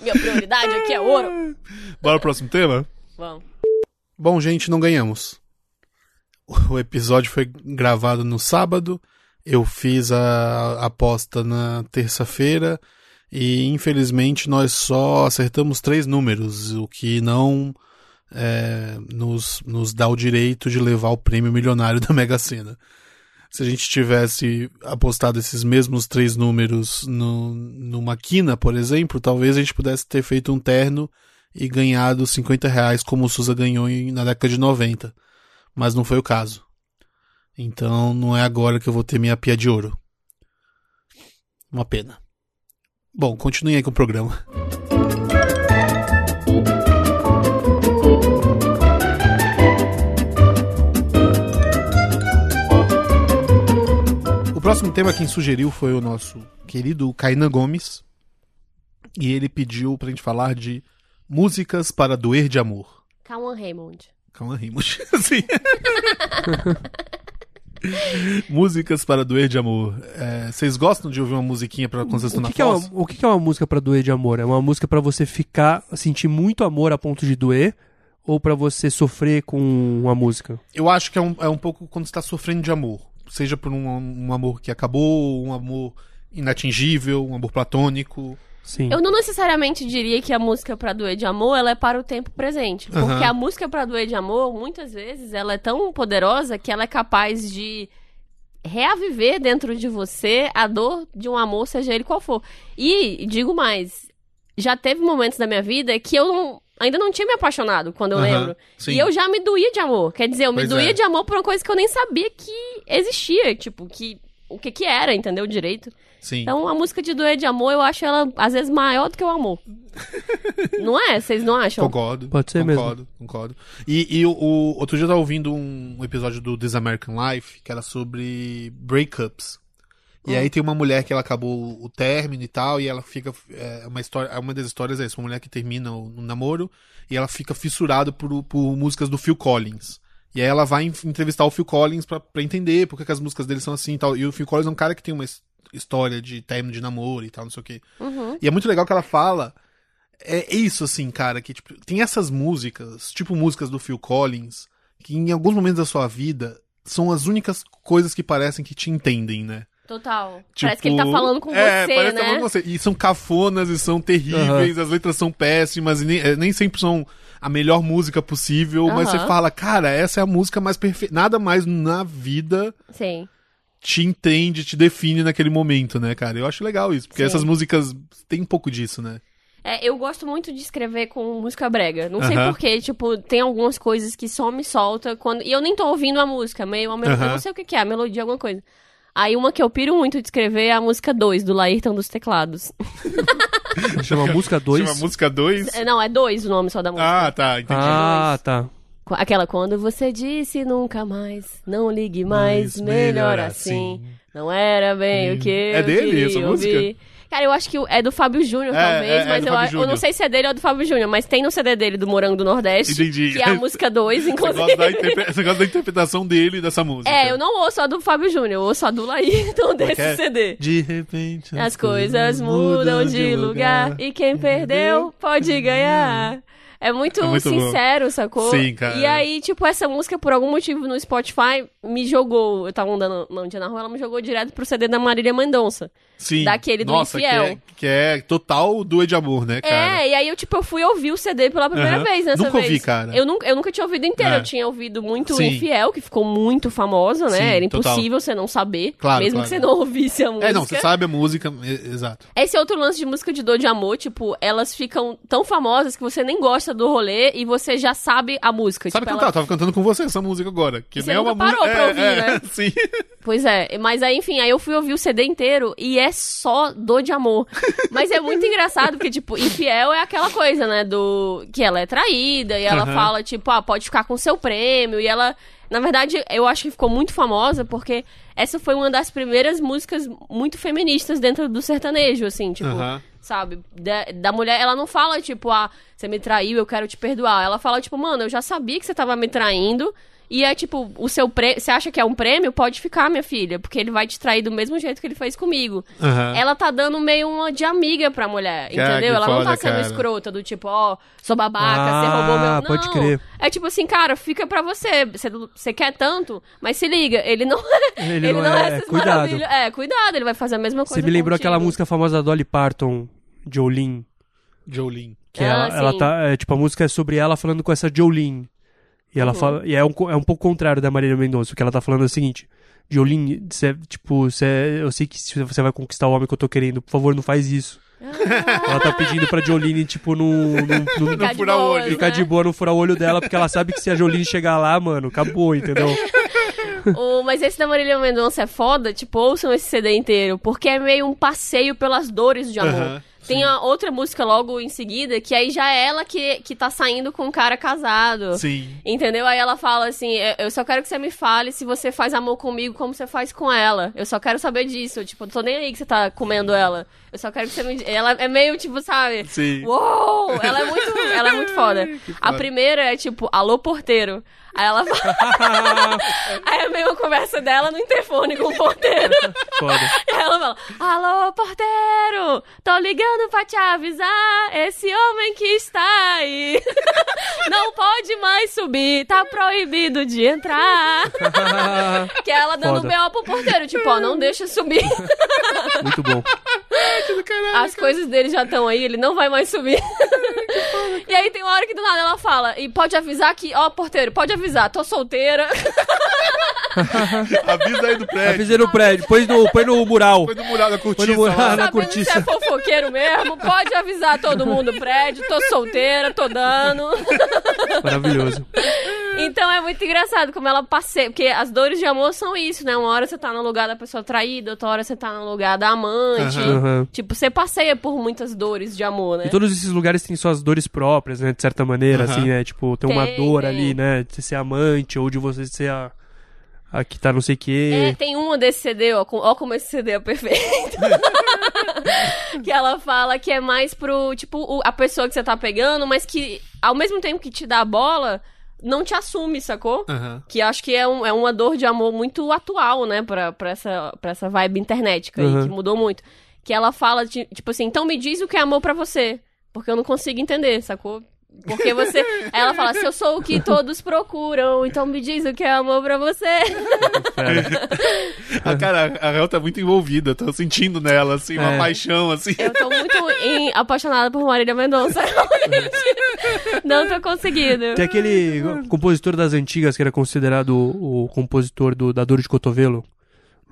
Speaker 2: Minha prioridade aqui é ouro.
Speaker 1: Bora pro próximo tema?
Speaker 2: Vamos.
Speaker 1: Bom, gente, não ganhamos. O episódio foi gravado no sábado. Eu fiz a aposta na terça-feira. E infelizmente nós só acertamos três números, o que não é, nos, nos dá o direito de levar o prêmio milionário da Mega Sena. Se a gente tivesse apostado esses mesmos três números no, numa quina, por exemplo, talvez a gente pudesse ter feito um terno e ganhado 50 reais como o Souza ganhou em- na década de 90. Mas não foi o caso. Então não é agora que eu vou ter minha pia de ouro. Uma pena. Bom, continue aí com o programa. O próximo tema quem sugeriu foi o nosso querido Kainan Gomes. E ele pediu pra gente falar de músicas para doer de amor.
Speaker 2: Calma, Raymond.
Speaker 1: Calma, rimos. Assim. músicas para doer de amor. É, vocês gostam de ouvir uma musiquinha pra quando vocês estão
Speaker 3: O,
Speaker 1: na
Speaker 3: que, que é uma,
Speaker 1: fossa?
Speaker 3: o que, que é uma música pra doer de amor? É uma música pra você ficar, sentir muito amor a ponto de doer? Ou pra você sofrer com uma música?
Speaker 1: Eu acho que é um, é um pouco quando você tá sofrendo de amor. Seja por um, um amor que acabou, um amor inatingível, um amor platônico.
Speaker 3: Sim.
Speaker 2: Eu não necessariamente diria que a música pra doer de amor, ela é para o tempo presente. Porque
Speaker 1: Aham.
Speaker 2: a música pra doer de amor, muitas vezes, ela é tão poderosa que ela é capaz de reaviver dentro de você a dor de um amor, seja ele qual for. E, digo mais, já teve momentos da minha vida que eu não- ainda não tinha me apaixonado, quando eu
Speaker 1: Aham,
Speaker 2: lembro.
Speaker 1: Sim.
Speaker 2: E eu já me doía de amor. Quer dizer, eu me
Speaker 1: Pois
Speaker 2: doía
Speaker 1: é.
Speaker 2: de amor por uma coisa que eu nem sabia que existia. Tipo, que... O que que era, entendeu? Direito.
Speaker 1: Sim.
Speaker 2: Então, a música de doer de amor, eu acho ela, às vezes, maior do que o amor. não é? Vocês não acham?
Speaker 1: Concordo.
Speaker 3: Pode ser mesmo.
Speaker 1: concordo, Concordo, E, e o, o- outro dia eu tava ouvindo um episódio do This American Life, que era sobre breakups. E
Speaker 2: Hum.
Speaker 1: aí tem uma mulher que ela acabou o término e tal, e ela fica. É uma, história, é uma das histórias é essa, uma mulher que termina o, o namoro e ela fica fissurada por, por músicas do Phil Collins. E aí ela vai en- entrevistar o Phil Collins pra, pra entender por que que as músicas dele são assim e tal. E o Phil Collins é um cara que tem uma his- história de término de namoro e tal, não sei o quê.
Speaker 2: Uhum.
Speaker 1: E é muito legal que ela fala. É isso, assim, cara, que tipo, tem essas músicas, tipo músicas do Phil Collins, que em alguns momentos da sua vida são as únicas coisas que parecem que te entendem, né?
Speaker 2: Total.
Speaker 1: Tipo,
Speaker 2: parece que ele tá falando com
Speaker 1: é,
Speaker 2: você,
Speaker 1: parece que
Speaker 2: né?
Speaker 1: tá falando com você. E são cafonas e são terríveis, as letras são péssimas, e nem, eh, nem sempre são a melhor música possível, mas você
Speaker 2: Aham.
Speaker 1: fala, cara, essa é a música mais perfeita. Nada mais na vida
Speaker 2: Sim.
Speaker 1: te entende, te define naquele momento, né, cara? Eu acho legal isso, porque
Speaker 2: Sim.
Speaker 1: essas músicas têm um pouco disso, né?
Speaker 2: É, eu gosto muito de escrever com música brega. Não sei
Speaker 1: Aham.
Speaker 2: porquê, tipo, tem algumas coisas que só me solta quando. E eu nem tô ouvindo a música, meio a melo...
Speaker 1: Aham.
Speaker 2: Eu não sei o que, que é, a melodia, alguma coisa. Aí uma que eu piro muito de escrever é a música 2, do Laírton dos Teclados.
Speaker 3: Chama Música 2.
Speaker 1: Chama música 2.
Speaker 2: É, Não, é 2 o nome só da música.
Speaker 1: Ah, tá, entendi.
Speaker 3: Ah, tá.
Speaker 2: Qu- Aquela quando você disse nunca mais, não ligue
Speaker 1: Mas
Speaker 2: mais, melhor assim. Não era bem o que
Speaker 1: É
Speaker 2: eu
Speaker 1: dele
Speaker 2: queria
Speaker 1: essa música?
Speaker 2: ouvir. Cara, eu acho que é do Fábio Júnior,
Speaker 1: É,
Speaker 2: talvez,
Speaker 1: é, é
Speaker 2: mas
Speaker 1: do
Speaker 2: eu,
Speaker 1: Fábio
Speaker 2: a- eu
Speaker 1: Júnior.
Speaker 2: não sei se é dele ou do Fábio Júnior, mas tem no CD dele do Morango do Nordeste,
Speaker 1: Entendi.
Speaker 2: que é a música 2,
Speaker 1: Você gosta, da
Speaker 2: inclusive.
Speaker 1: interpre- você gosta da interpretação dele e dessa música.
Speaker 2: É, eu não ouço a do Fábio Júnior, eu ouço a do Laírton desse
Speaker 1: que é?
Speaker 2: CD.
Speaker 1: De repente.
Speaker 2: As coisas mudam de lugar e quem perdeu pode ganhar. É muito,
Speaker 1: É muito bom.
Speaker 2: sincero, sacou?
Speaker 1: Sim, cara.
Speaker 2: E aí, tipo, essa música, por algum motivo, no Spotify, me jogou. Eu tava andando não, um dia na rua, ela me jogou direto pro CD da Marília Mendonça.
Speaker 1: Sim.
Speaker 2: daquele do
Speaker 1: Nossa,
Speaker 2: infiel.
Speaker 1: Que é, que é total do de amor, né, cara?
Speaker 2: É, e aí eu, tipo, eu fui ouvir o CD pela primeira
Speaker 1: Aham.
Speaker 2: vez nessa
Speaker 1: Nunca
Speaker 2: vez.
Speaker 1: ouvi, cara.
Speaker 2: Eu nunca, eu nunca tinha ouvido inteiro.
Speaker 1: É.
Speaker 2: Eu tinha ouvido muito
Speaker 1: Sim.
Speaker 2: Infiel, que ficou muito famosa, né?
Speaker 1: Sim,
Speaker 2: Era
Speaker 1: total.
Speaker 2: impossível você não saber.
Speaker 1: Claro,
Speaker 2: mesmo
Speaker 1: claro.
Speaker 2: que você não ouvisse a música.
Speaker 1: É, não, você sabe a música, e- exato.
Speaker 2: Esse é outro lance de música de dor de amor, tipo, elas ficam tão famosas que você nem gosta do rolê e você já sabe a música.
Speaker 1: Sabe
Speaker 2: tipo,
Speaker 1: cantar?
Speaker 2: ela-
Speaker 1: Eu tava cantando com você essa música agora. Que
Speaker 2: Você
Speaker 1: nem é
Speaker 2: nunca
Speaker 1: uma música.
Speaker 2: parou pra
Speaker 1: é,
Speaker 2: ouvir,
Speaker 1: é,
Speaker 2: né?
Speaker 1: Sim.
Speaker 2: Pois é, mas aí, enfim, aí eu fui ouvir o CD inteiro e é só dor de amor. Mas é muito engraçado, porque, tipo, infiel é aquela coisa, né, do... Que ela é traída e ela
Speaker 1: Aham.
Speaker 2: fala, tipo, ah, pode ficar com seu prêmio e ela... Na verdade, eu acho que ficou muito famosa porque essa foi uma das primeiras músicas muito feministas dentro do sertanejo, assim, tipo...
Speaker 1: Aham.
Speaker 2: sabe? Da, da mulher, ela não fala, tipo, ah, você me traiu, eu quero te perdoar. Ela fala, tipo, mano, eu já sabia que você tava me traindo. E é tipo, o seu prêmio. Você acha que é um prêmio? Pode ficar, minha filha, porque ele vai te trair do mesmo jeito que ele fez comigo.
Speaker 1: Aham.
Speaker 2: Ela tá dando meio uma de amiga pra mulher,
Speaker 1: Cara,
Speaker 2: entendeu?
Speaker 1: que
Speaker 2: Ela não
Speaker 1: foda,
Speaker 2: tá sendo
Speaker 1: cara.
Speaker 2: escrota, do tipo, ó, sou babaca,
Speaker 3: Ah,
Speaker 2: você roubou meu. Não.
Speaker 3: pode crer.
Speaker 2: É tipo assim, cara, fica pra você. Você, você quer tanto, mas se liga, ele não,
Speaker 3: Ele,
Speaker 2: ele
Speaker 3: não, é, é,
Speaker 2: essas
Speaker 3: cuidado.
Speaker 2: maravilhas. É, cuidado, ele vai fazer a mesma coisa.
Speaker 3: Você me lembrou
Speaker 2: contigo.
Speaker 3: aquela música famosa da Dolly Parton, Jolene.
Speaker 1: Jolene.
Speaker 3: Que
Speaker 2: Ah,
Speaker 3: ela, ela
Speaker 2: sim.
Speaker 3: tá. É, tipo, a música é sobre ela falando com essa Jolene. E ela
Speaker 2: Uhum.
Speaker 3: fala. E é um, co- é um pouco contrário da Marília Mendonça. O que ela tá falando é o seguinte: Jolene, cê- tipo, cê- eu sei que se você vai conquistar o homem que eu tô querendo. Por favor, não faz isso.
Speaker 2: Ah.
Speaker 3: Ela tá pedindo pra Jolene, tipo, não. não- não-
Speaker 2: Ficar de
Speaker 1: furar o
Speaker 2: boas,
Speaker 1: olho.
Speaker 3: Ficar
Speaker 2: né?
Speaker 3: de boa, não furar o olho dela, porque ela sabe que se a Jolene chegar lá, mano, acabou, entendeu?
Speaker 2: O- mas esse da Marília Mendonça é foda, tipo, ouçam esse CD inteiro, porque é meio um passeio pelas dores de amor.
Speaker 1: Aham,
Speaker 2: Tem a outra música logo em seguida, que aí já é ela que, que tá saindo com um cara casado.
Speaker 1: Sim.
Speaker 2: Entendeu? Aí ela fala assim: "Eu- Eu só quero que você me fale se você faz amor comigo como você faz com ela. Eu só quero saber disso. Tipo, eu tô nem aí que você tá comendo ela. Eu só quero que você me. Ela é meio tipo, sabe?
Speaker 1: Sim.
Speaker 2: Uou! Ela é muito, ela é muito foda. A
Speaker 1: foda.
Speaker 2: primeira é tipo, alô porteiro. Aí ela fala. Aí é meio uma conversa dela no interfone com o porteiro.
Speaker 3: Foda.
Speaker 2: E ela fala: Alô, porteiro! Tô ligando pra te avisar. Esse homem que está aí não pode mais subir. Tá proibido de entrar. Que é ela dando
Speaker 3: Foda.
Speaker 2: um B.O. pro porteiro. Tipo, ó, não deixa subir.
Speaker 3: Muito bom.
Speaker 2: As coisas dele já estão aí, ele não vai mais subir. e aí tem uma hora que do nada ela fala, e pode avisar que, ó, porteiro, pode avisar, tô solteira.
Speaker 1: Avisa aí do prédio.
Speaker 3: Avisei no Tá prédio, põe no, põe no mural.
Speaker 1: Foi no mural da cortiça.
Speaker 3: Foi no mural.
Speaker 1: lá.
Speaker 3: Ah, na
Speaker 2: Sabendo se é
Speaker 3: cortiça.
Speaker 2: fofoqueiro mesmo, pode avisar todo mundo do prédio, tô solteira, tô dando.
Speaker 3: Maravilhoso.
Speaker 2: Então é muito engraçado como ela passeia, porque as dores de amor são isso, né? Uma hora você tá no lugar da pessoa traída, outra hora você tá no lugar da amante.
Speaker 3: Aham.
Speaker 2: Tipo, você passeia por muitas dores de amor, né?
Speaker 3: E todos esses lugares têm suas dores próprias, né? De certa maneira,
Speaker 1: Aham.
Speaker 3: assim, né? Tipo, tem uma
Speaker 2: Tem,
Speaker 3: dor
Speaker 2: tem.
Speaker 3: ali, né? De você ser amante ou de você ser a, a que tá não sei
Speaker 2: É,
Speaker 3: o quê.
Speaker 2: tem uma desse CD, ó, com- ó como esse CD é perfeito. que ela fala que é mais pro, tipo, o- a pessoa que você tá pegando, mas que ao mesmo tempo que te dá a bola, não te assume, sacou?
Speaker 1: Aham.
Speaker 2: Que acho que é, um- é uma dor de amor muito atual, né, pra, pra, essa, pra essa vibe internetica aí,
Speaker 3: Uhum.
Speaker 2: que mudou muito. Que ela fala, de- tipo assim, então me diz o que é amor pra você, porque eu não consigo entender, sacou? Porque você. Aí ela fala, se eu sou o que todos procuram, então me diz o que é amor pra você.
Speaker 1: A cara, a Hel tá muito envolvida, tô sentindo nela, assim, uma
Speaker 3: É.
Speaker 1: paixão, assim.
Speaker 2: Eu tô muito em- apaixonada por Marília Mendonça. realmente. Não tô conseguindo.
Speaker 3: Tem aquele compositor das antigas que era considerado o, o compositor do, da dor de cotovelo.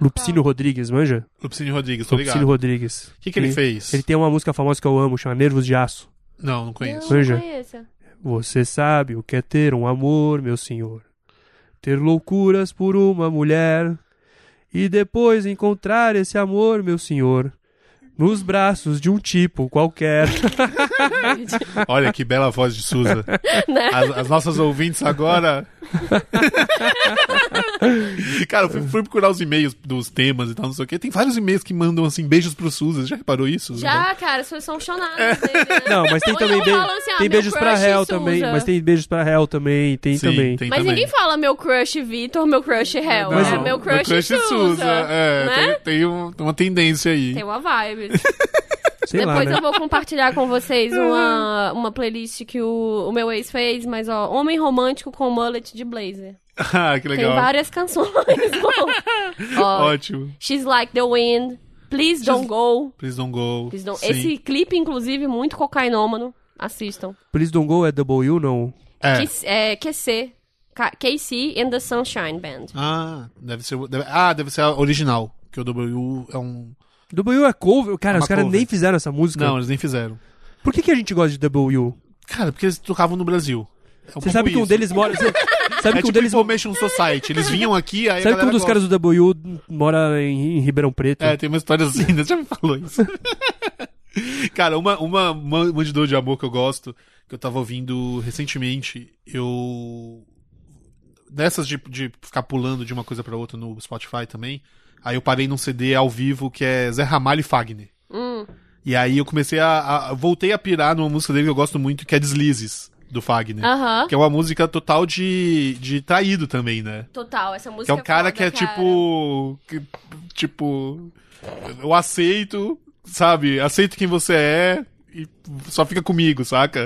Speaker 3: Lupicínio Rodrigues, manja?
Speaker 1: Lupicínio Rodrigues, tô
Speaker 3: Lupicínio
Speaker 1: ligado. O
Speaker 3: Rodrigues.
Speaker 1: que, que ele fez?
Speaker 3: Ele tem uma música famosa que eu amo, chama Nervos de Aço.
Speaker 1: Não, não
Speaker 2: Não,
Speaker 1: conheço.
Speaker 2: não
Speaker 3: Veja.
Speaker 2: conheço.
Speaker 3: Você sabe o que é ter um amor, meu senhor. Ter loucuras por uma mulher. E depois encontrar esse amor, meu senhor. Nos braços de um tipo qualquer.
Speaker 1: Olha que bela voz de Suza.
Speaker 2: Né?
Speaker 1: As, as nossas ouvintes agora. Cara, eu fui, fui procurar os e-mails dos temas e tal, não sei o quê. Tem vários e-mails que mandam assim beijos pro Suza. Já reparou isso?
Speaker 2: Já, cara, vocês são chonadas dele, né?
Speaker 3: Não, mas tem
Speaker 2: Ou
Speaker 3: também
Speaker 2: então
Speaker 3: be-
Speaker 2: falam assim, ah,
Speaker 3: tem
Speaker 2: meu
Speaker 3: beijos pra
Speaker 2: crush
Speaker 3: réu
Speaker 2: Suza.
Speaker 3: também, mas tem beijos pra réu também, tem
Speaker 1: Sim,
Speaker 3: também.
Speaker 1: tem
Speaker 2: Mas
Speaker 1: também.
Speaker 2: ninguém fala meu crush Vitor, meu crush Hell.
Speaker 3: Mas
Speaker 2: é
Speaker 3: não,
Speaker 2: meu crush, Suza.
Speaker 1: É,
Speaker 2: né?
Speaker 1: tem, tem um- tem uma tendência aí.
Speaker 2: Tem um- uma vibe.
Speaker 3: Sei lá,
Speaker 2: Depois
Speaker 3: né?
Speaker 2: eu vou compartilhar com vocês uma, uma playlist que o, o meu ex fez, mas ó, Homem Romântico com Mullet de Blazer.
Speaker 1: ah, que legal.
Speaker 2: Tem várias canções. ó,
Speaker 1: Ótimo.
Speaker 2: She's Like the Wind, Please Don't Go.
Speaker 1: Please don't go.
Speaker 2: Please don't...
Speaker 1: Sim.
Speaker 2: Esse clipe, inclusive, muito cocainômano. Assistam.
Speaker 3: Please Don't Go é Double U, não?
Speaker 1: É.
Speaker 2: Que- é, QC. K- KC and the Sunshine Band.
Speaker 1: Ah, deve ser. deve- ah, deve ser a original. Que o W é um.
Speaker 3: Double U é cover? Cara,
Speaker 1: É uma
Speaker 3: os caras
Speaker 1: cover.
Speaker 3: nem fizeram essa música.
Speaker 1: Não, eles nem fizeram.
Speaker 3: Por que, que a gente gosta de Double U?
Speaker 1: Cara, porque eles tocavam no Brasil. É um
Speaker 3: Você
Speaker 1: pouco
Speaker 3: sabe que um
Speaker 1: isso.
Speaker 3: deles mora... Você...
Speaker 1: É
Speaker 3: Sabe que
Speaker 1: tipo
Speaker 3: um deles...
Speaker 1: Information Society. Eles vinham aqui, aí a
Speaker 3: Sabe que um
Speaker 1: galera
Speaker 3: dos
Speaker 1: gosta.
Speaker 3: caras do Double U mora em, em Ribeirão Preto?
Speaker 1: É, tem uma história assim, né? Você já me falou isso. Cara, uma, uma uma mandidor de amor que eu gosto, que eu tava ouvindo recentemente, eu. Nessas de, de ficar pulando de uma coisa pra outra no Spotify também, aí eu parei num CD ao vivo que é Zé Ramalho e Fagner.
Speaker 2: Hum.
Speaker 1: E aí eu comecei a, a- Voltei a pirar numa música dele que eu gosto muito, que é Deslizes, do Fagner.
Speaker 2: Aham.
Speaker 1: Que é uma música total de, de traído também, né?
Speaker 2: Total, essa
Speaker 1: Que
Speaker 2: música
Speaker 1: é um cara
Speaker 2: foda,
Speaker 1: que é tipo. que- tipo. Eu aceito, sabe? Aceito quem você é e só fica comigo, saca?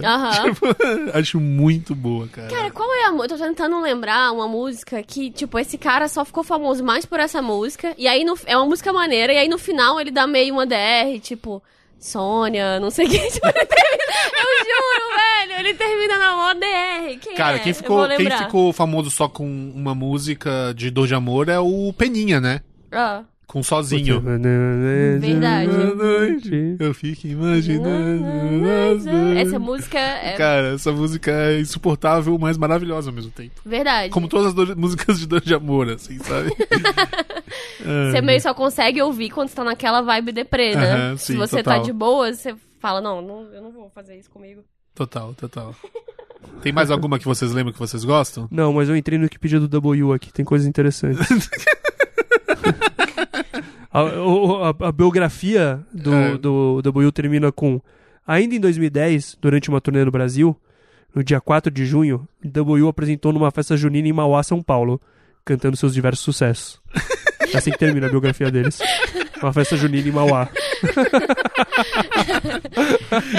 Speaker 2: Aham.
Speaker 1: Tipo, acho muito boa, cara.
Speaker 2: Cara, qual é a música? Eu tô tentando lembrar uma música que, tipo, esse cara só ficou famoso mais por essa música. E aí no- é uma música maneira, e aí no final ele dá meio uma DR, tipo, Sônia, não sei o que. Tipo, ele termina- eu juro, velho, ele termina na mó DR. Quem
Speaker 1: Cara,
Speaker 2: é?
Speaker 1: quem,
Speaker 2: Eu vou
Speaker 1: ficou, quem
Speaker 2: lembrar.
Speaker 1: ficou famoso só com uma música de dor de amor é o Peninha, né?
Speaker 2: Ah,
Speaker 1: Com Sozinho.
Speaker 3: Verdade.
Speaker 1: Eu fico imaginando. nós dois.
Speaker 2: Essa música é
Speaker 1: Cara, essa música é insuportável, mas maravilhosa ao mesmo tempo.
Speaker 2: verdade.
Speaker 1: Como todas as dor- músicas de dor de amor, assim, sabe?
Speaker 2: Você meio só consegue ouvir quando você tá naquela vibe deprê, né?
Speaker 1: É. Aham,
Speaker 2: Se
Speaker 1: sim,
Speaker 2: você tá
Speaker 1: total.
Speaker 2: de boa, você fala, não, não, eu não vou fazer isso comigo.
Speaker 1: Total, total. Tem mais alguma que vocês lembram que vocês gostam?
Speaker 3: Não, mas eu entrei no Wikipedia do Double U aqui, tem coisas interessantes. a, o- a- a biografia do,
Speaker 1: É.
Speaker 3: do Double U termina com Ainda em 2010, durante uma turnê no Brasil, no dia 4 de junho, Double U apresentou numa festa junina em Mauá, São Paulo, cantando seus diversos sucessos. É Assim que termina a biografia deles. Uma festa junina em Mauá.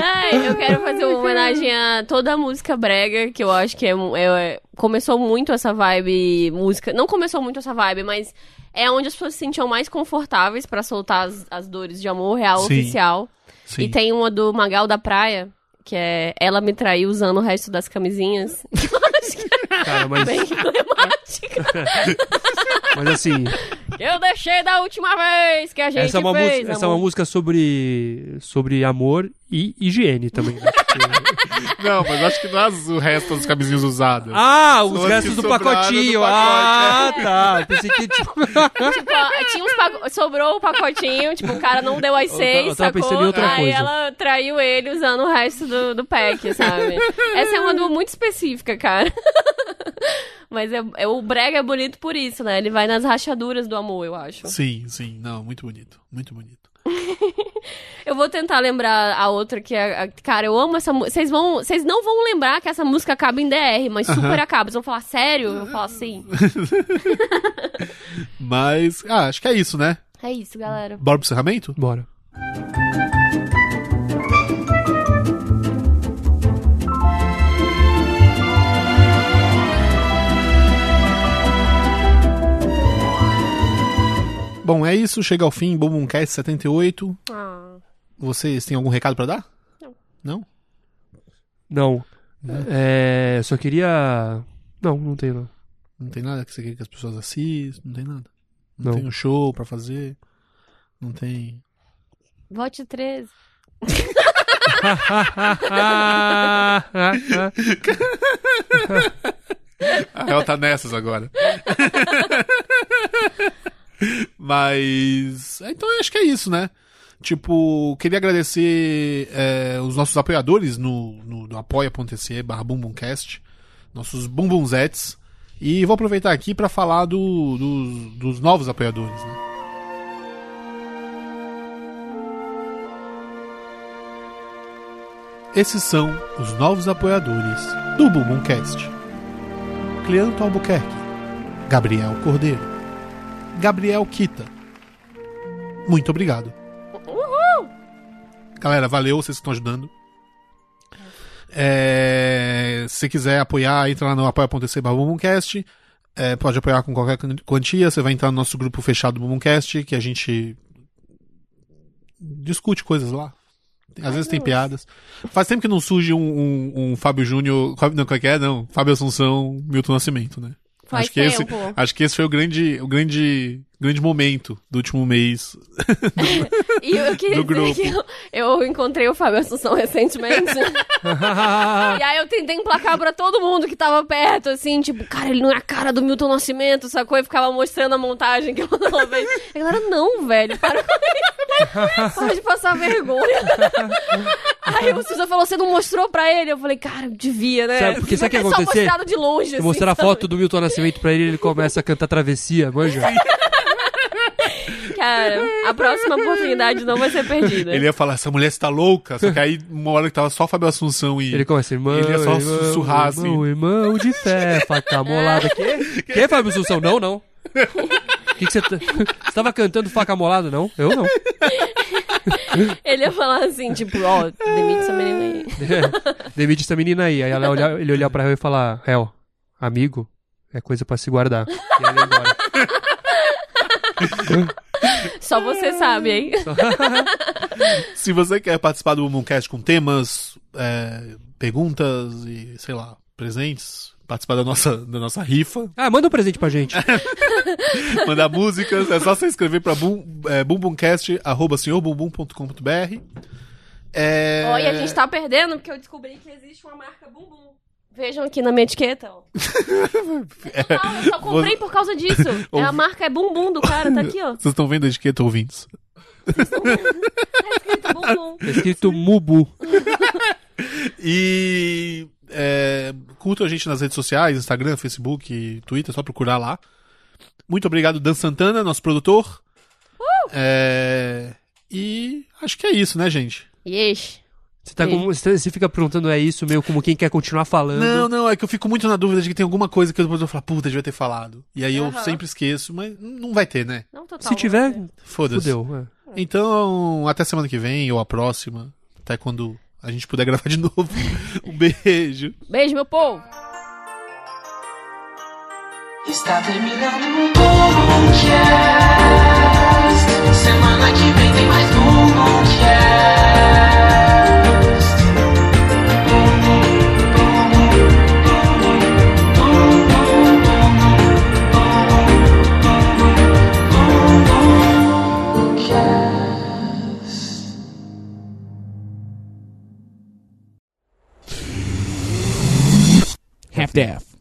Speaker 2: Ai, eu quero fazer uma homenagem a toda a música brega, que eu acho que é, mu- é- é- começou muito essa vibe música. Não começou muito essa vibe, mas é onde as pessoas se sentiam mais confortáveis pra soltar as, as dores de amor real
Speaker 1: Sim.
Speaker 2: oficial.
Speaker 1: Sim.
Speaker 2: E tem uma do Magal da Praia, que é Ela me traiu usando o resto das camisinhas. Eu acho que
Speaker 3: Cara,
Speaker 2: é
Speaker 3: mas,
Speaker 2: bem emblemática.
Speaker 3: mas assim,
Speaker 2: Eu deixei da última vez que a gente
Speaker 3: essa é, uma
Speaker 2: fez.
Speaker 3: música, essa é uma
Speaker 2: amor.
Speaker 3: música sobre, sobre amor e higiene também. né?
Speaker 1: Não, mas acho que não é as- o resto das camisinhas usadas.
Speaker 3: Ah, os
Speaker 1: São as
Speaker 3: restos
Speaker 1: que
Speaker 3: do
Speaker 1: sobraram do
Speaker 3: pacotinho.
Speaker 1: pacote,
Speaker 3: ah,
Speaker 2: né?
Speaker 3: tá. Pensei que tipo,
Speaker 2: Tipo, ó, tinha uns paco- sobrou o pacotinho, tipo, o cara não deu as
Speaker 3: Eu
Speaker 2: seis,
Speaker 3: tava- eu tava
Speaker 2: sacou?
Speaker 3: pensando em outra
Speaker 2: aí
Speaker 3: coisa.
Speaker 2: ela traiu ele usando o resto do, do pack, sabe? Essa é uma dúvida muito específica, cara. Mas é, é- o brega é bonito por isso, né? Ele vai nas rachaduras do amor, eu acho.
Speaker 1: Sim, sim. Não, muito bonito. Muito bonito.
Speaker 2: Eu vou tentar lembrar a outra que é. a- Cara, eu amo essa música. Vocês vão. Vocês não vão lembrar que essa música acaba em DR, mas super acaba. Vocês vão falar, sério? Eu vou falar sim.
Speaker 1: Mas, ah, acho que é isso, né?
Speaker 2: É isso, galera.
Speaker 1: Bora pro encerramento?
Speaker 3: Bora.
Speaker 1: Bom, é isso. Chega ao fim. Bumbumcast 78.
Speaker 2: Ah,
Speaker 1: Vocês têm algum recado pra dar?
Speaker 2: Não.
Speaker 1: Não?
Speaker 3: Não. É, só queria. Não, não tem não.
Speaker 1: Não tem nada que você quer que as pessoas assistam? Não tem nada? Não,
Speaker 3: Não.
Speaker 1: tem um show pra fazer? Não tem...
Speaker 2: vote 13.
Speaker 1: Ah, ela tá nessas agora. Mas. Então eu acho que é isso, né? Tipo, queria agradecer é, os nossos apoiadores no, no, no apoia.se barra bumbumcast, nossos bumbumzetes. E vou aproveitar aqui pra falar do- dos, dos novos apoiadores, né? Esses são os novos apoiadores do Bumbumcast. Cleanto Albuquerque, Gabriel Cordeiro, Gabriel Kita. Muito obrigado. Galera, valeu, vocês que estão ajudando. É, se quiser apoiar, entra lá no apoia.se barra Bumbumcast. É, pode apoiar com qualquer quan- quantia. Você vai entrar no nosso grupo fechado do Bumbumcast, que a gente discute coisas lá. Às vezes tem piadas. Faz tempo que não surge um, um- um Fábio Júnior. Fábio- Não, como é que é? Não. Fábio Assunção, Milton Nascimento, né?
Speaker 2: Faz
Speaker 1: acho que esse,
Speaker 2: tempo.
Speaker 1: acho que esse foi o grande, o grande, grande momento do último mês.
Speaker 2: E eu queria
Speaker 1: Do
Speaker 2: dizer
Speaker 1: grupo.
Speaker 2: que eu, eu encontrei o Fábio Assunção recentemente. e aí eu tentei emplacar pra todo mundo que tava perto, assim, tipo, cara, ele não é a cara do Milton Nascimento, sacou? E ficava mostrando a montagem que eu não vejo. A galera, não, velho, para com isso. Para de passar vergonha. aí o Susan falou, você não mostrou pra ele? Eu falei, cara, eu devia, né?
Speaker 3: Sabe, porque sabe o que
Speaker 2: é
Speaker 3: ia
Speaker 2: só
Speaker 3: acontecer?
Speaker 2: mostrado de longe,
Speaker 3: Eu
Speaker 2: assim,
Speaker 3: mostrar a
Speaker 2: sabe?
Speaker 3: foto do Milton Nascimento pra ele, ele começa a cantar travessia, manja.
Speaker 2: Cara, a próxima oportunidade não vai ser perdida.
Speaker 1: Ele ia falar, essa mulher está louca. Só que aí, uma hora que tava só Fábio Assunção e.
Speaker 3: Ele começa, irmão.
Speaker 1: Ele ia só
Speaker 3: irmão,
Speaker 1: sussurrar, assim. É.
Speaker 3: irmão, irmão de fé, faca molada. Quê? Quê, Fábio Assunção? Não, não. O que que você. tá- Você tava cantando faca molada? Não, eu não.
Speaker 2: Ele ia falar assim, tipo, ó, demite essa menina aí.
Speaker 3: Demite essa menina aí. Aí ela olhar, ele olhar pra ela e falar: Hel, amigo, é coisa pra se guardar. E ela ia embora.
Speaker 2: Só você sabe, hein?
Speaker 1: Se você quer participar do Mooncast com temas, é, perguntas e, sei lá, presentes, participar da nossa, da nossa rifa,
Speaker 3: Ah, manda um presente pra gente.
Speaker 1: mandar músicas, é só você escrever pra bum, é, bumbumcast.senhorbumbum.com.br. É...
Speaker 2: Olha, a gente tá perdendo porque eu descobri que existe uma marca bumbum. Vejam aqui na minha etiqueta, ó.
Speaker 3: É.
Speaker 2: Não, eu só comprei por causa disso. É a marca é bumbum do cara, tá aqui, ó.
Speaker 1: Vocês estão vendo a etiqueta, ouvintes?
Speaker 2: Escrito bumbum.
Speaker 3: Tá escrito Mubu.
Speaker 1: E é, curtam a gente nas redes sociais, Instagram, Facebook, Twitter, é só procurar lá. Muito obrigado, Dan Santana, nosso produtor. É, e acho que é isso, né, gente?
Speaker 2: Yes.
Speaker 3: Você, tá com- você você fica perguntando, é isso, meio como quem quer continuar falando.
Speaker 1: Não, não, é que eu fico muito na dúvida de que tem alguma coisa que depois eu vou falar, puta, devia ter falado. E aí eu
Speaker 2: Aham.
Speaker 1: sempre esqueço, mas não vai ter, né?
Speaker 2: Não, total.
Speaker 3: Se tiver,
Speaker 1: Foda-se.
Speaker 3: fudeu. é.
Speaker 1: Então, até semana que vem ou a próxima, até quando a gente puder gravar de novo. um beijo.
Speaker 2: Beijo, meu povo.
Speaker 4: Está terminando o Boomcast. Semana que vem tem mais um Boomcast. Boomcast.
Speaker 5: half-deaf.